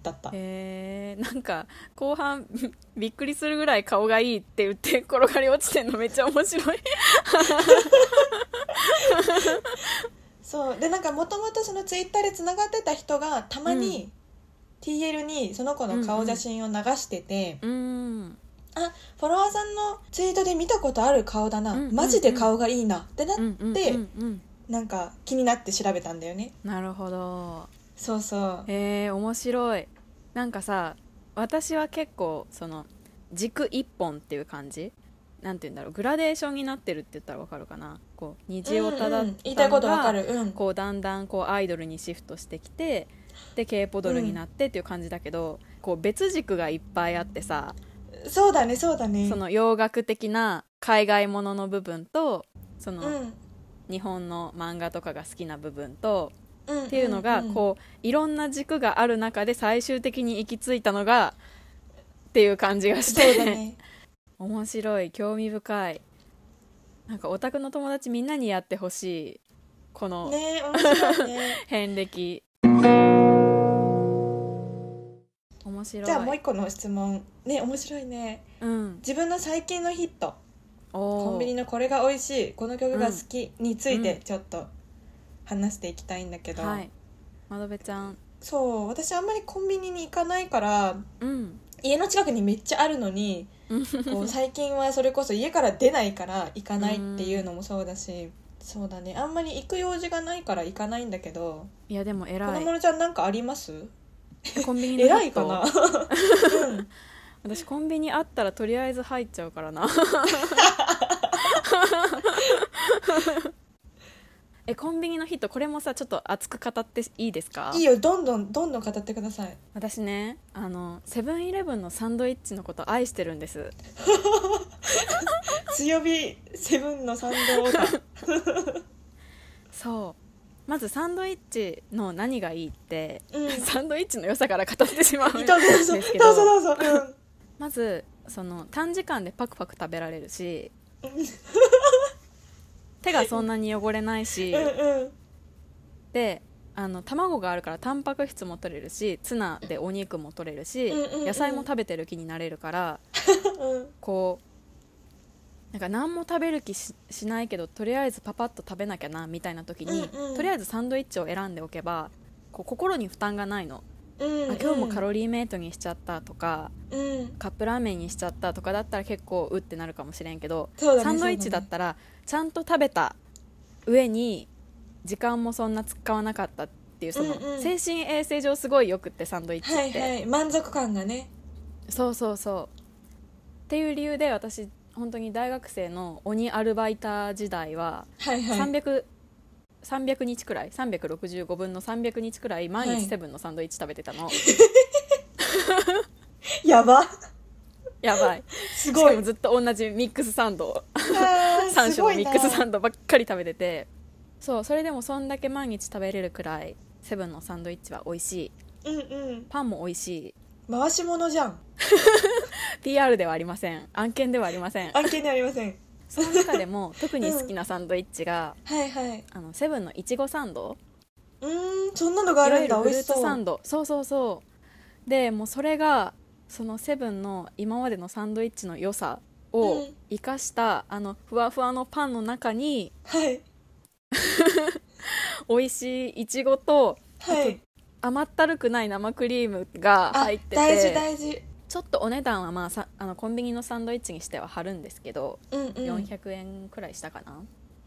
Speaker 1: だった。
Speaker 2: えー、なんか後半びびっくりするぐらい顔がいいって言って転がり落ちてんのめっちゃ面白い
Speaker 1: そうでなんかもともとそのツイッターでつながってた人がたまに TL にその子の顔写真を流してて、
Speaker 2: うん
Speaker 1: あフォロワーさんのツイートで見たことある顔だな、
Speaker 2: うんうんうん
Speaker 1: マジで顔がいいなってなっ
Speaker 2: う
Speaker 1: て、
Speaker 2: んうんうんうん
Speaker 1: なんか気になって調べたんだよね
Speaker 2: なるほど
Speaker 1: そうそう
Speaker 2: えー、面白いなんかさ私は結構その軸一本っていう感じなんて言うんだろうグラデーションになってるって言ったらわかるかなこう虹をただ
Speaker 1: う
Speaker 2: っ
Speaker 1: んう
Speaker 2: たの
Speaker 1: ん言いたいことわか
Speaker 2: が
Speaker 1: るうん
Speaker 2: こうだんだんこうアイドルにシフトしてきてで k p o ドルになってっていう感じだけど、こう別軸がいっぱいあってさ
Speaker 1: そうだねそうだね
Speaker 2: その洋楽的な海外ものの部分とそうの
Speaker 1: ん
Speaker 2: 日本の漫画とかが好きな部分と
Speaker 1: うん、
Speaker 2: っていうのが
Speaker 1: ん
Speaker 2: こういろんな軸がある中で最終的に行き着いたのがっていう感じがし
Speaker 1: そうだ
Speaker 2: て
Speaker 1: ね
Speaker 2: 面白い興味深いなんかオタクの友達みんなにやってほしいこの
Speaker 1: ね面白いね
Speaker 2: 遍歴面白い
Speaker 1: じゃあもう一個の質問ね面白いね
Speaker 2: うん
Speaker 1: 自分の最近のヒットコ
Speaker 2: お
Speaker 1: ンビニ
Speaker 2: ー
Speaker 1: のこれが美味しいこの曲が好きについて
Speaker 2: うん
Speaker 1: ちょっと話していきたいんだけど、
Speaker 2: はい窓辺ちゃん
Speaker 1: そう私あんまりコンビニに行かないから
Speaker 2: うん
Speaker 1: 家の近くにめっちゃあるのにこう最近はそれこそ家から出ないから行かないっていうのもそうだし、そうだねあんまり行く用事がないから行かないんだけど
Speaker 2: いやでも
Speaker 1: この
Speaker 2: 偉い
Speaker 1: ものちゃんなんかあります
Speaker 2: コンビニの
Speaker 1: 偉い
Speaker 2: 人
Speaker 1: かなうん
Speaker 2: 私コンビニあったらとりあえず入っちゃう からなえコンビニのヒットこれもさちょっと熱く語っていいですか
Speaker 1: いいよどんどんどんどん語ってください
Speaker 2: 私ねあのセブンイレブンのサンドイッチのこと愛してるんです
Speaker 1: 強火セブンの賛 同が
Speaker 2: そうまずサンドイッチの何がいいって、
Speaker 1: うん
Speaker 2: サンドイッチの良さから語ってしまうん
Speaker 1: どう
Speaker 2: で
Speaker 1: ぞ
Speaker 2: すけ
Speaker 1: どうぞ
Speaker 2: ど
Speaker 1: どうぞどうぞ、
Speaker 2: まずその短時間でパクパク食べられる し手がそんなに汚れないし、
Speaker 1: うん、うんうん
Speaker 2: であの卵があるからタンパク質も取れるしツナでお肉も取れるし、
Speaker 1: うんうんうん
Speaker 2: 野菜も食べてる気になれるから
Speaker 1: うん
Speaker 2: こうなんか何も食べる気ししないけどとりあえずパパッと食べなきゃなみたいな時に、
Speaker 1: うんうん
Speaker 2: とりあえずサンドイッチを選んでおけばこう心に負担がないの、
Speaker 1: うんうん
Speaker 2: あ今日もカロリーメイトにしちゃったとか
Speaker 1: うん
Speaker 2: カップラーメンにしちゃったとかだったら結構うってなるかもしれんけど、
Speaker 1: そうだね
Speaker 2: サンドイッチだったらちゃんと食べた上に時間もそんな使わなかったっていうその
Speaker 1: うんうん
Speaker 2: 精神衛生上すごいよくってサンドイッチって、
Speaker 1: はいはい満足感がね
Speaker 2: そうそうそうっていう理由で私本当に大学生の鬼アルバイター時代は
Speaker 1: はいはい
Speaker 2: 300、300日くらい365分の300日くらい毎
Speaker 1: はい
Speaker 2: 日セブンのサンドイッチ食べてたの、
Speaker 1: や ば
Speaker 2: やばい
Speaker 1: す
Speaker 2: し
Speaker 1: ご
Speaker 2: か
Speaker 1: い
Speaker 2: もずっと同じミックスサンドを
Speaker 1: あー
Speaker 2: 3
Speaker 1: す
Speaker 2: 種の
Speaker 1: ごい
Speaker 2: ミッ
Speaker 1: な
Speaker 2: クスサンドばっかり食べててそうそれでもそんだけ毎日食べれるくらいセブンのサンドイッチは美味しい
Speaker 1: うんうん
Speaker 2: パンも美味しい
Speaker 1: 回し物じゃん
Speaker 2: PR ではありません案件ではありません
Speaker 1: 案件にありません
Speaker 2: その中 でも特に好きなサンドイッチが、
Speaker 1: はいはい
Speaker 2: あのセブンのいちごサンド
Speaker 1: うーんそんなのがあ
Speaker 2: いわ
Speaker 1: る
Speaker 2: ゆ
Speaker 1: ん
Speaker 2: る
Speaker 1: だ
Speaker 2: フ
Speaker 1: 美
Speaker 2: ル
Speaker 1: 味
Speaker 2: ー
Speaker 1: しそ
Speaker 2: ツ
Speaker 1: う
Speaker 2: サンドそうそうそうでもうそれがそのセブンの今までのサンドイッチの良さ
Speaker 1: う
Speaker 2: を
Speaker 1: ん
Speaker 2: 生かした、あのふわふわのパンの中に
Speaker 1: はい
Speaker 2: 美味しいいちごと
Speaker 1: はい
Speaker 2: 甘ったるくない生クリームが
Speaker 1: あ
Speaker 2: 入ってて
Speaker 1: 大事大事
Speaker 2: ちょっとお値段は、まあ、さあのコンビニのサンドイッチにしては張るんですけど、
Speaker 1: うんうん
Speaker 2: 400円くらいしたかな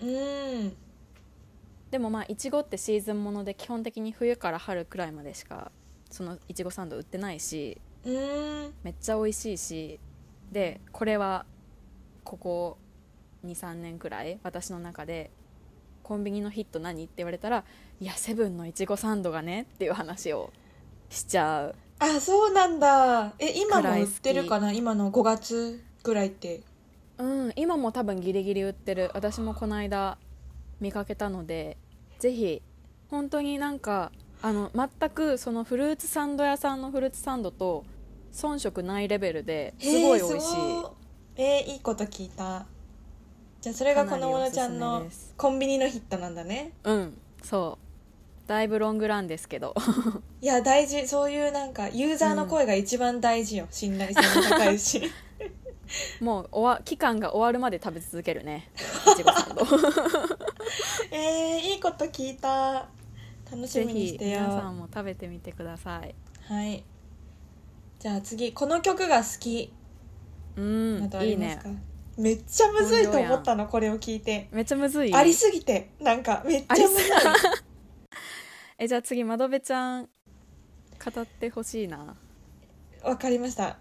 Speaker 1: うん
Speaker 2: でもまあいちごってシーズンもので基本的に冬から春くらいまでしかそのいちごサンド売ってないし
Speaker 1: うーん
Speaker 2: めっちゃ美味しいしでこれはここ23年くらい私の中でコンビニのヒット何って言われたらいやセブンのいちごサンドがねっていう話をしちゃう
Speaker 1: あそうなんだえ今
Speaker 2: くら
Speaker 1: も
Speaker 2: い
Speaker 1: 売
Speaker 2: 好
Speaker 1: っ
Speaker 2: き
Speaker 1: てるかな今の5月ぐらいって
Speaker 2: うん今も多分ギリギリ売ってる私もこの間見かけたのでぜひ本当になんかあの全くそのフルーツサンド屋さんのフルーツサンドと遜色ないレベルですごい美味しい、
Speaker 1: えー、いいこと聞いたじゃあそれがこのものちゃん
Speaker 2: かなり
Speaker 1: の
Speaker 2: おすすめです
Speaker 1: コンビニのヒットなんだね
Speaker 2: うんそうだいぶロングランですけど
Speaker 1: いや大事そういうなんかユーザーの声が一番大事よ、信頼性も高いし
Speaker 2: もうおわ期間が終わるまで食べ続けるねいちごサンド
Speaker 1: えー、いいこと聞いた楽し
Speaker 2: ぜ
Speaker 1: みにし
Speaker 2: ひ
Speaker 1: て
Speaker 2: 皆さ
Speaker 1: よ
Speaker 2: んも食べてみてください
Speaker 1: はいじゃあ次この曲が好き
Speaker 2: うん
Speaker 1: などあ
Speaker 2: い
Speaker 1: り
Speaker 2: い
Speaker 1: ます
Speaker 2: ね
Speaker 1: か、めっちゃむずいと思ったのこれを聞いて
Speaker 2: めっちゃむずいよ
Speaker 1: ありすぎてなんかめっちゃむずい
Speaker 2: えじゃあ次窓辺ちゃん語ってほしいな
Speaker 1: わかりました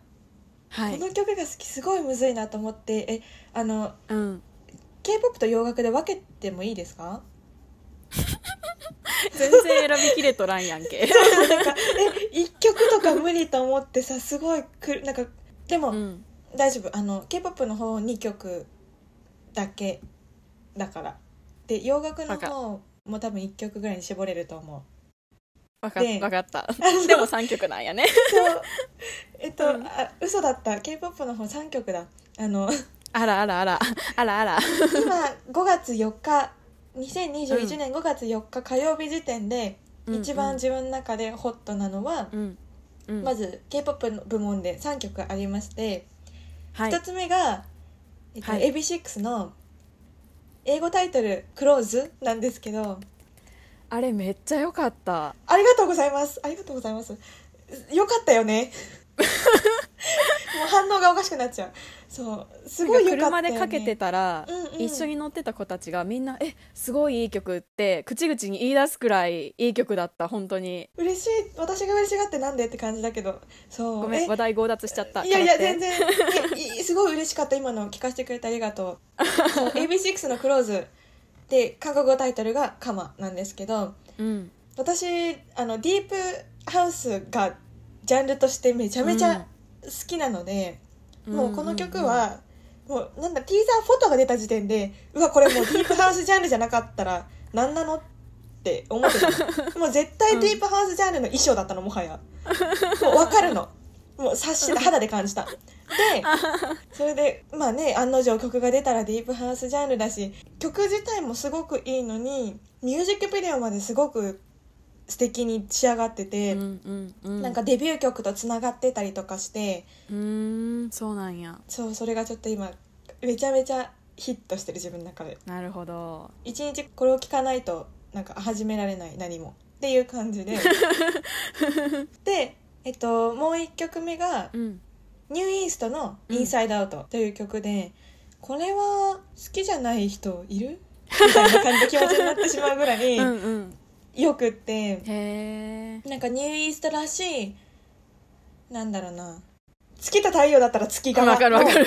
Speaker 2: は
Speaker 1: この曲が好きすごいむずいなと思ってえあの
Speaker 2: うん
Speaker 1: k p o p と洋楽で分けてもいいです か
Speaker 2: 全然選びきれとらんやんけ
Speaker 1: なんかえ1曲とか無理と思ってさすごいくるなんかでも、
Speaker 2: うん
Speaker 1: 大丈夫あの k p o p の方2曲だけだからで洋楽の
Speaker 2: わか
Speaker 1: 方も多分1曲ぐらいに絞れると思
Speaker 2: わか
Speaker 1: で
Speaker 2: わかった
Speaker 1: う
Speaker 2: でも3曲なんやね
Speaker 1: そう えっと、
Speaker 2: うん
Speaker 1: あ嘘だった k p o p の方3曲だあ の
Speaker 2: あらあらあらあら あら
Speaker 1: 今5月4日2021年5月4日火曜日時点で、一番自分の中でホットなのは、
Speaker 2: うんうん
Speaker 1: まず k p o p の部門で3曲ありまして、
Speaker 2: は
Speaker 1: 一
Speaker 2: い
Speaker 1: 1つ目が、えっと
Speaker 2: はい
Speaker 1: AB6 の英語タイトル「クローズなんですけど
Speaker 2: あれめっちゃ良かった
Speaker 1: ありがとうございますありがとうございますよかったよ ねもう反応がおかしくなっちゃうそうすごいよかったよ、
Speaker 2: 車
Speaker 1: ね、
Speaker 2: でかけてたら
Speaker 1: うんうん
Speaker 2: 一緒に乗ってた子たちがみんな「えすごいいい曲」って口々に言い出すくらいいい曲だった本当に
Speaker 1: 嬉しい私が嬉しがってなんでって感じだけどそう
Speaker 2: ごめ
Speaker 1: え
Speaker 2: ん話題強奪しちゃった
Speaker 1: いやいや
Speaker 2: 軽くて
Speaker 1: 全然いいすごい嬉しかった今の聞かせてくれてありがとう そう AB6 の「クローズで韓国語タイトルが「カマ」なんですけど
Speaker 2: うん
Speaker 1: 私あのディープハウスがジャンルとしてめちゃめちゃ好きなので、もうこの曲は、もうなんだティーザーフォトが出た時点でうわこれもうディープハウスジャンルじゃなかったら 何なのって思ってた もう絶対ディープハウスジャンルの衣装だったのもはやもう分かるのもう察した肌で感 じたでそれでまあね案の定曲が出たらディープハウスジャンルだし曲自体もすごくいいのにミュージックビデオまですごく素敵に仕上がってて、な
Speaker 2: なん
Speaker 1: かデビュー曲とつながってたりとかして
Speaker 2: うーんそうなんや
Speaker 1: そうそれがちょっと今めちゃめちゃヒットしてる自分の中で
Speaker 2: なるほど
Speaker 1: 一日これを聞かないとなんか始められない何もっていう感じでで、えっと、もう1曲目が
Speaker 2: うん
Speaker 1: ニューイーストの「インサイドアウト」という曲で、これは好きじゃない人いるみたいな感じの気持ちになってしまうぐらい
Speaker 2: うんうん
Speaker 1: よくって、
Speaker 2: へえ
Speaker 1: なんかニューイーストらしいなんだろうな月と太陽だったら月が
Speaker 2: わかるわかる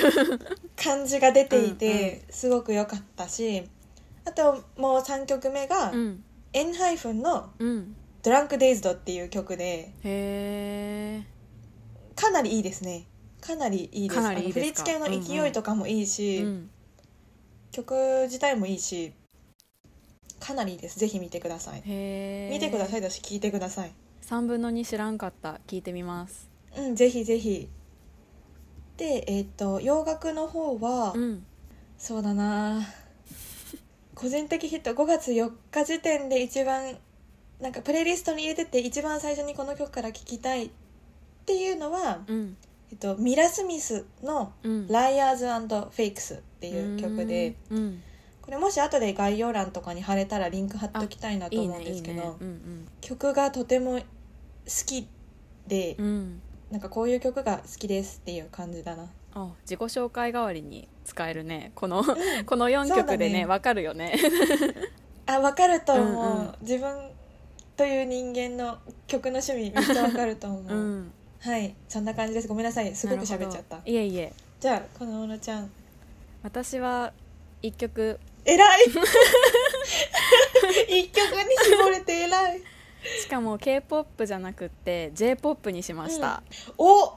Speaker 1: 感じが出ていて、すごく良かったしあともう3曲目が、
Speaker 2: うん
Speaker 1: エンハイフンの
Speaker 2: うん
Speaker 1: 「ドランクデイズド」っていう曲で
Speaker 2: へ
Speaker 1: かなりいいですねかなりいいです
Speaker 2: かなりい
Speaker 1: あの
Speaker 2: いですか
Speaker 1: 振り付けの勢いとかもいいし、
Speaker 2: えうん
Speaker 1: 曲自体もいいしかなりいいですぜひ見てください
Speaker 2: へえ
Speaker 1: 見てくださ
Speaker 2: い
Speaker 1: いだし聞いてください
Speaker 2: 3分の2知らんかった聞いてみます
Speaker 1: うんぜひぜひでえっ、と洋楽の方は、
Speaker 2: うん
Speaker 1: そうだな個人的ヒット5月4日時点で一番なんかプレイリストに入れてて一番最初にこの曲から聴きたいっていうのは、
Speaker 2: うん
Speaker 1: えっと、ミラ・スミスの
Speaker 2: うん
Speaker 1: 「Liars and Fakes」っていう曲で
Speaker 2: うん
Speaker 1: これもし後で概要欄とかに貼れたらリンク貼っときたいなと
Speaker 2: いい
Speaker 1: 思うん
Speaker 2: ね
Speaker 1: で
Speaker 2: いい
Speaker 1: すけど
Speaker 2: ねうん
Speaker 1: 曲がとても好きで、
Speaker 2: うんうん
Speaker 1: なんかこういう曲が好きですっていう感じだな
Speaker 2: あ自己紹介代わりに使えるねこのこの4曲で
Speaker 1: そうだね
Speaker 2: ねわかるよね
Speaker 1: あ分かると思う、
Speaker 2: うんうん
Speaker 1: 自分という人間の曲の趣味めっちゃ分かると思う、
Speaker 2: うん
Speaker 1: はいそんな感じですごめんなさいすごく喋っちゃった
Speaker 2: なるほどいえいえ
Speaker 1: じゃあこの小野ちゃん
Speaker 2: 私は1曲
Speaker 1: 偉い一曲に絞れて偉い
Speaker 2: しかかも k p o p じゃなくって j p o p にしました、
Speaker 1: お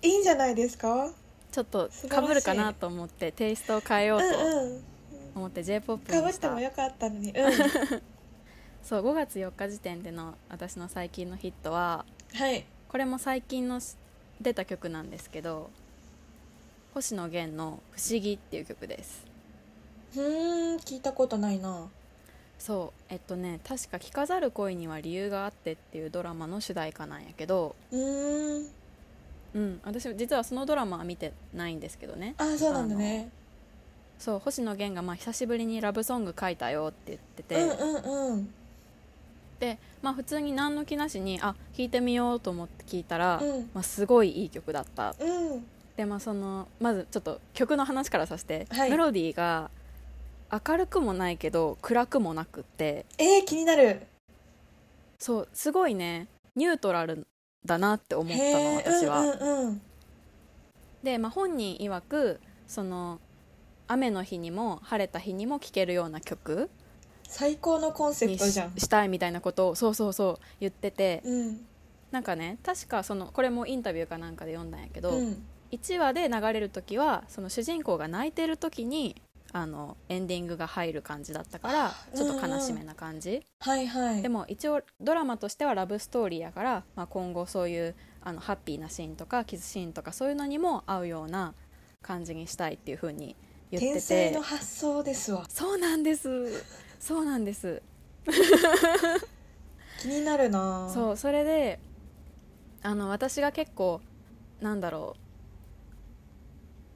Speaker 1: いいんじゃないですか
Speaker 2: ちょっと
Speaker 1: 素晴ら
Speaker 2: か
Speaker 1: しい
Speaker 2: ぶるかなと思ってテイストを変えよ
Speaker 1: う
Speaker 2: うんと
Speaker 1: うん
Speaker 2: 思って j p o p
Speaker 1: かぶ
Speaker 2: に
Speaker 1: っ
Speaker 2: してた
Speaker 1: もよかったのにうんは
Speaker 2: そう5月4日時点での私の最近のヒットはいこれも最近のし出た曲なんですけど星野源の「不思議」っていう曲です
Speaker 1: うーん聞いたことないな
Speaker 2: そうえっとね確か「着飾る恋には理由があって」っていうドラマの主題歌なんやけど
Speaker 1: うーん
Speaker 2: うん私実はそのドラマは見てないんですけどね
Speaker 1: あそうなんだね
Speaker 2: そう星野源がまあ久しぶりにラブソング書いたよって言ってて、
Speaker 1: うんうんうん
Speaker 2: で、まあ、普通に何の気なしにあ聴いてみようと思って聞いたら、
Speaker 1: うん
Speaker 2: まあ、すごいいい曲だった
Speaker 1: うん
Speaker 2: で、まあ、そのまずちょっと曲の話からさせて、
Speaker 1: はい
Speaker 2: メロディーが明るくもないけど暗くもなくって
Speaker 1: えー、気になる
Speaker 2: そうすごいねニュートラルだなって思った
Speaker 1: へ
Speaker 2: の
Speaker 1: ー
Speaker 2: 私は。
Speaker 1: うんうん
Speaker 2: で、まあ、本人曰くその雨の日にも晴れた日にも聴けるような曲
Speaker 1: 最高のコンセプ
Speaker 2: に
Speaker 1: ト
Speaker 2: し
Speaker 1: じゃん
Speaker 2: したいみたいなことをそうそうそう言ってて
Speaker 1: うん
Speaker 2: なんかね確かそのこれもインタビューかなんかで読んだんやけど、
Speaker 1: うん
Speaker 2: 1話で流れる時はその主人公が泣いてる時にあのエンディングが入る感じだったからちょっと悲しめな感じ、
Speaker 1: はいはい
Speaker 2: でも一応ドラマとしてはラブストーリーやから、まあ、今後そういうあのハッピーなシーンとかキスシーンとかそういうのにも合うような感じにしたいっていう風に言ってて
Speaker 1: 天才の発想ですわ
Speaker 2: そうなんですそうなんです
Speaker 1: 気になるな
Speaker 2: そうそれであの私が結構なんだろう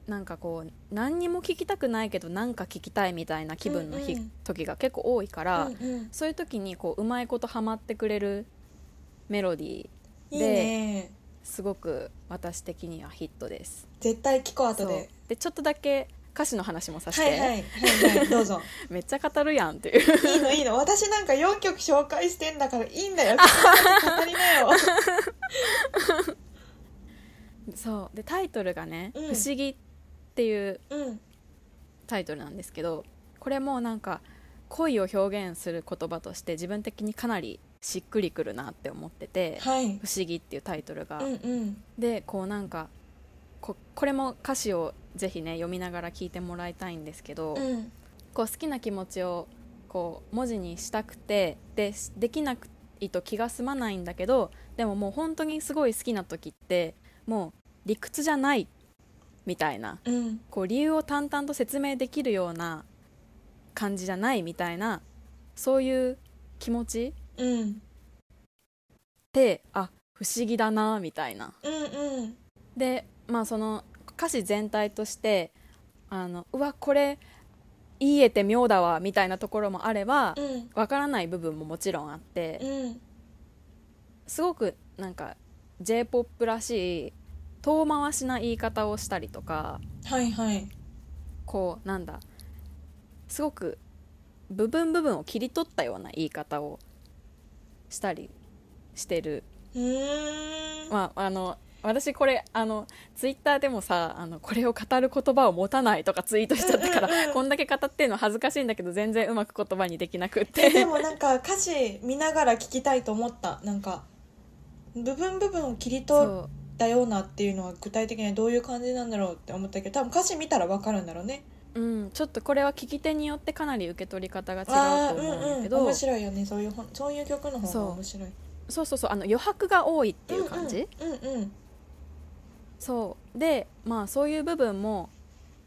Speaker 2: なんかこう何にも聞きたくないけどなんか聞きたいみたいな気分の日、
Speaker 1: うんうん
Speaker 2: 時が結構多いから、
Speaker 1: うんうん
Speaker 2: そういう時にこううまいことハマってくれるメロディー
Speaker 1: いいね
Speaker 2: すごく私的にはヒットです。
Speaker 1: 絶対聞こう後
Speaker 2: そう
Speaker 1: で
Speaker 2: でちょっとだけ歌詞の話もさせ
Speaker 1: は
Speaker 2: て、
Speaker 1: いはいはいはい どうぞ
Speaker 2: めっちゃ語るやんっていう
Speaker 1: いいのいいの私なんか4曲紹介してんだからいいん だよ語りなよ
Speaker 2: そうでタイトルがね「
Speaker 1: うん
Speaker 2: 不思議」っていう
Speaker 1: うん
Speaker 2: タイトルなんですけどこれもなんか恋を表現する言葉として自分的にかなりしっくりくるなって思ってて「
Speaker 1: はい
Speaker 2: 不思議」っていうタイトルが、
Speaker 1: うんうん
Speaker 2: でこうなんかここれも歌詞をぜひね読みながら聞いてもらいたいんですけど、
Speaker 1: うん
Speaker 2: こう好きな気持ちをこう文字にしたくてでしできなくいと気が済まないんだけどでももう本当にすごい好きな時ってもう理屈じゃないみたいな
Speaker 1: うん
Speaker 2: こう理由を淡々と説明できるような感じじゃないみたいなそういう気持ちっ
Speaker 1: うん
Speaker 2: てあ不思議だなみたいな
Speaker 1: うんうん
Speaker 2: でまあその歌詞全体としてあのうわこれ言えて妙だわみたいなところもあれば
Speaker 1: うん
Speaker 2: わからない部分ももちろんあって
Speaker 1: うん
Speaker 2: すごくなんか j p o p らしい遠回しな言い方をしたりとか
Speaker 1: はいはい
Speaker 2: こうなんだすごく部分部分を切り取ったような言い方をしたりしてる、
Speaker 1: うーん
Speaker 2: まあ、あの私これあのツイッターでもさあのこれを語る言葉を持たないとかツイートしちゃったから、こんだけ語ってんの恥ずかしいんだけど全然うまく言葉にできなくっ
Speaker 1: えで
Speaker 2: て
Speaker 1: もなんか歌詞見ながら聞きたいと思ったなんか部分部分を切り取
Speaker 2: そう
Speaker 1: ったようなっていうのは具体的にはどういう感じなんだろうって思ったけど多分歌詞見たら分かるんだろうね
Speaker 2: うん、ちょっとこれは聞き手によってかなり受け取り方が違
Speaker 1: あ
Speaker 2: うと
Speaker 1: ー
Speaker 2: 思うんだけど、
Speaker 1: 面白いよねそういう本そういう曲の方
Speaker 2: そう
Speaker 1: が面白いっ
Speaker 2: そうそうそうあの余白が多いっていう感じ、
Speaker 1: うんうん、うん
Speaker 2: そうでまあそういう部分も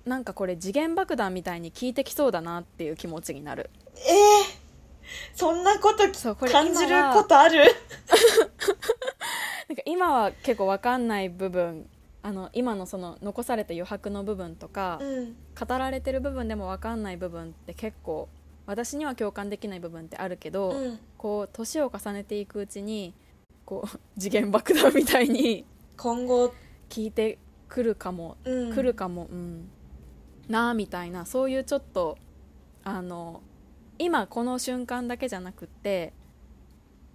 Speaker 2: なんかこれ次元爆弾みたいに効いてきそうだなっていう気持ちになる
Speaker 1: えーそんなことき
Speaker 2: そうこれ
Speaker 1: 感じる
Speaker 2: 今は
Speaker 1: ことある
Speaker 2: なんか今は結構わかんない部分あの今のその残された余白の部分とか
Speaker 1: う、ん
Speaker 2: 語られてる部分でもわかんない部分って結構私には共感できない部分ってあるけど、
Speaker 1: うん
Speaker 2: こう年を重ねていくうちにこう次元爆弾みたいに
Speaker 1: 今後、
Speaker 2: 効いてくるかも
Speaker 1: うん、
Speaker 2: 来るかも、うん、なあみたいなそういうちょっとあの今この瞬間だけじゃなくって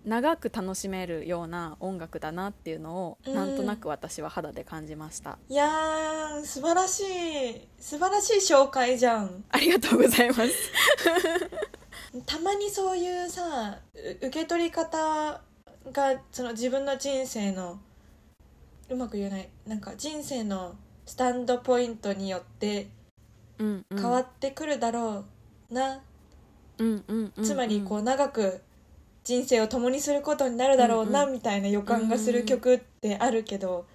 Speaker 2: 長く楽しめるような音楽だなっていうのを、
Speaker 1: うん
Speaker 2: なんとなく私は肌で感じました
Speaker 1: いやー素晴らしい素晴らしい紹介じゃん
Speaker 2: ありがとうございます
Speaker 1: たまにそういうさう受け取り方がその自分の人生のうまく言えないなんか人生のスタンドポイントによって
Speaker 2: うんうん、
Speaker 1: 変わってくるだろうな、
Speaker 2: うんうんうん
Speaker 1: つまりこう長く人生を共にすることになるだろうな
Speaker 2: うん
Speaker 1: みたいな予感がする曲ってあるけど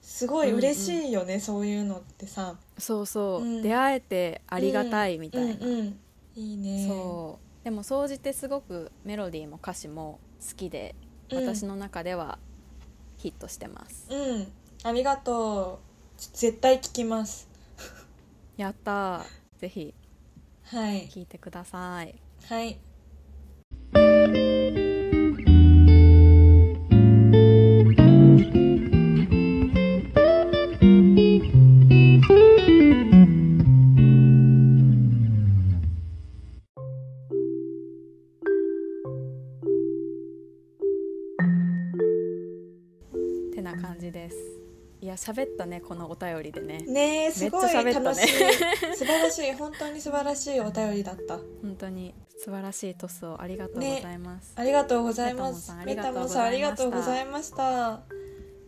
Speaker 1: すごい嬉しいよね、そういうのってさ。
Speaker 2: そうそう、
Speaker 1: うん
Speaker 2: 出会えてありがたいみたいな、
Speaker 1: うんうんいいね
Speaker 2: そうでも総じてすごくメロディーも歌詞も好きで、
Speaker 1: うん
Speaker 2: 私の中ではヒットしてます
Speaker 1: うんありがとうち絶対聞きます
Speaker 2: やったーぜひ
Speaker 1: はい
Speaker 2: 聴いてください
Speaker 1: はい
Speaker 2: てな感じですいや喋ったねこのお便りでね
Speaker 1: ねえすごい
Speaker 2: めっ
Speaker 1: 楽
Speaker 2: ち
Speaker 1: し
Speaker 2: ゃ
Speaker 1: い、
Speaker 2: 喋ったね
Speaker 1: 素晴らしい本当に素晴らしいお便りだった
Speaker 2: 本当に素晴らしいトスをありがとうございます、
Speaker 1: ありがとうございますメ
Speaker 2: メ
Speaker 1: タ
Speaker 2: タ
Speaker 1: モ
Speaker 2: モ
Speaker 1: ン
Speaker 2: ン
Speaker 1: さ
Speaker 2: さ
Speaker 1: ん
Speaker 2: ん
Speaker 1: あ
Speaker 2: あ
Speaker 1: り
Speaker 2: り
Speaker 1: が
Speaker 2: が
Speaker 1: と
Speaker 2: と
Speaker 1: う
Speaker 2: う
Speaker 1: ご
Speaker 2: ご
Speaker 1: ざ
Speaker 2: ざ
Speaker 1: いました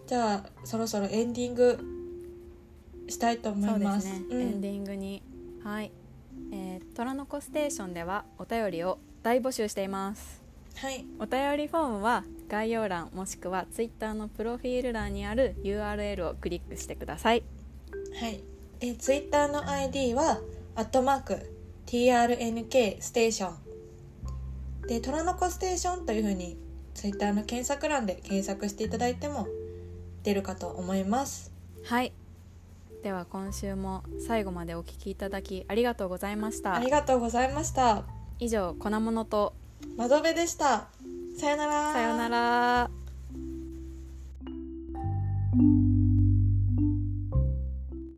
Speaker 1: じゃあそろそろエンディングしたいと思
Speaker 2: そう
Speaker 1: い
Speaker 2: で
Speaker 1: ます
Speaker 2: すね、
Speaker 1: ん
Speaker 2: エンディングにはい、えー、虎の子ステーションではお便りを大募集しています
Speaker 1: はい
Speaker 2: お便りフォームは概要欄もしくは Twitter のプロフィール欄にある URL をクリックしてください
Speaker 1: はい。えツイッター Twitter の ID は、アットマーク、TRNK ステーション。で、虎の子ステーションというふうに、ツイッターの検索欄で検索していただいても出るかと思います。
Speaker 2: はいでは今週も最後までお聞きいただきありがとうございました
Speaker 1: ありがとうございました。
Speaker 2: 以上粉物と
Speaker 1: 窓辺でした。さよなら。
Speaker 2: さようなら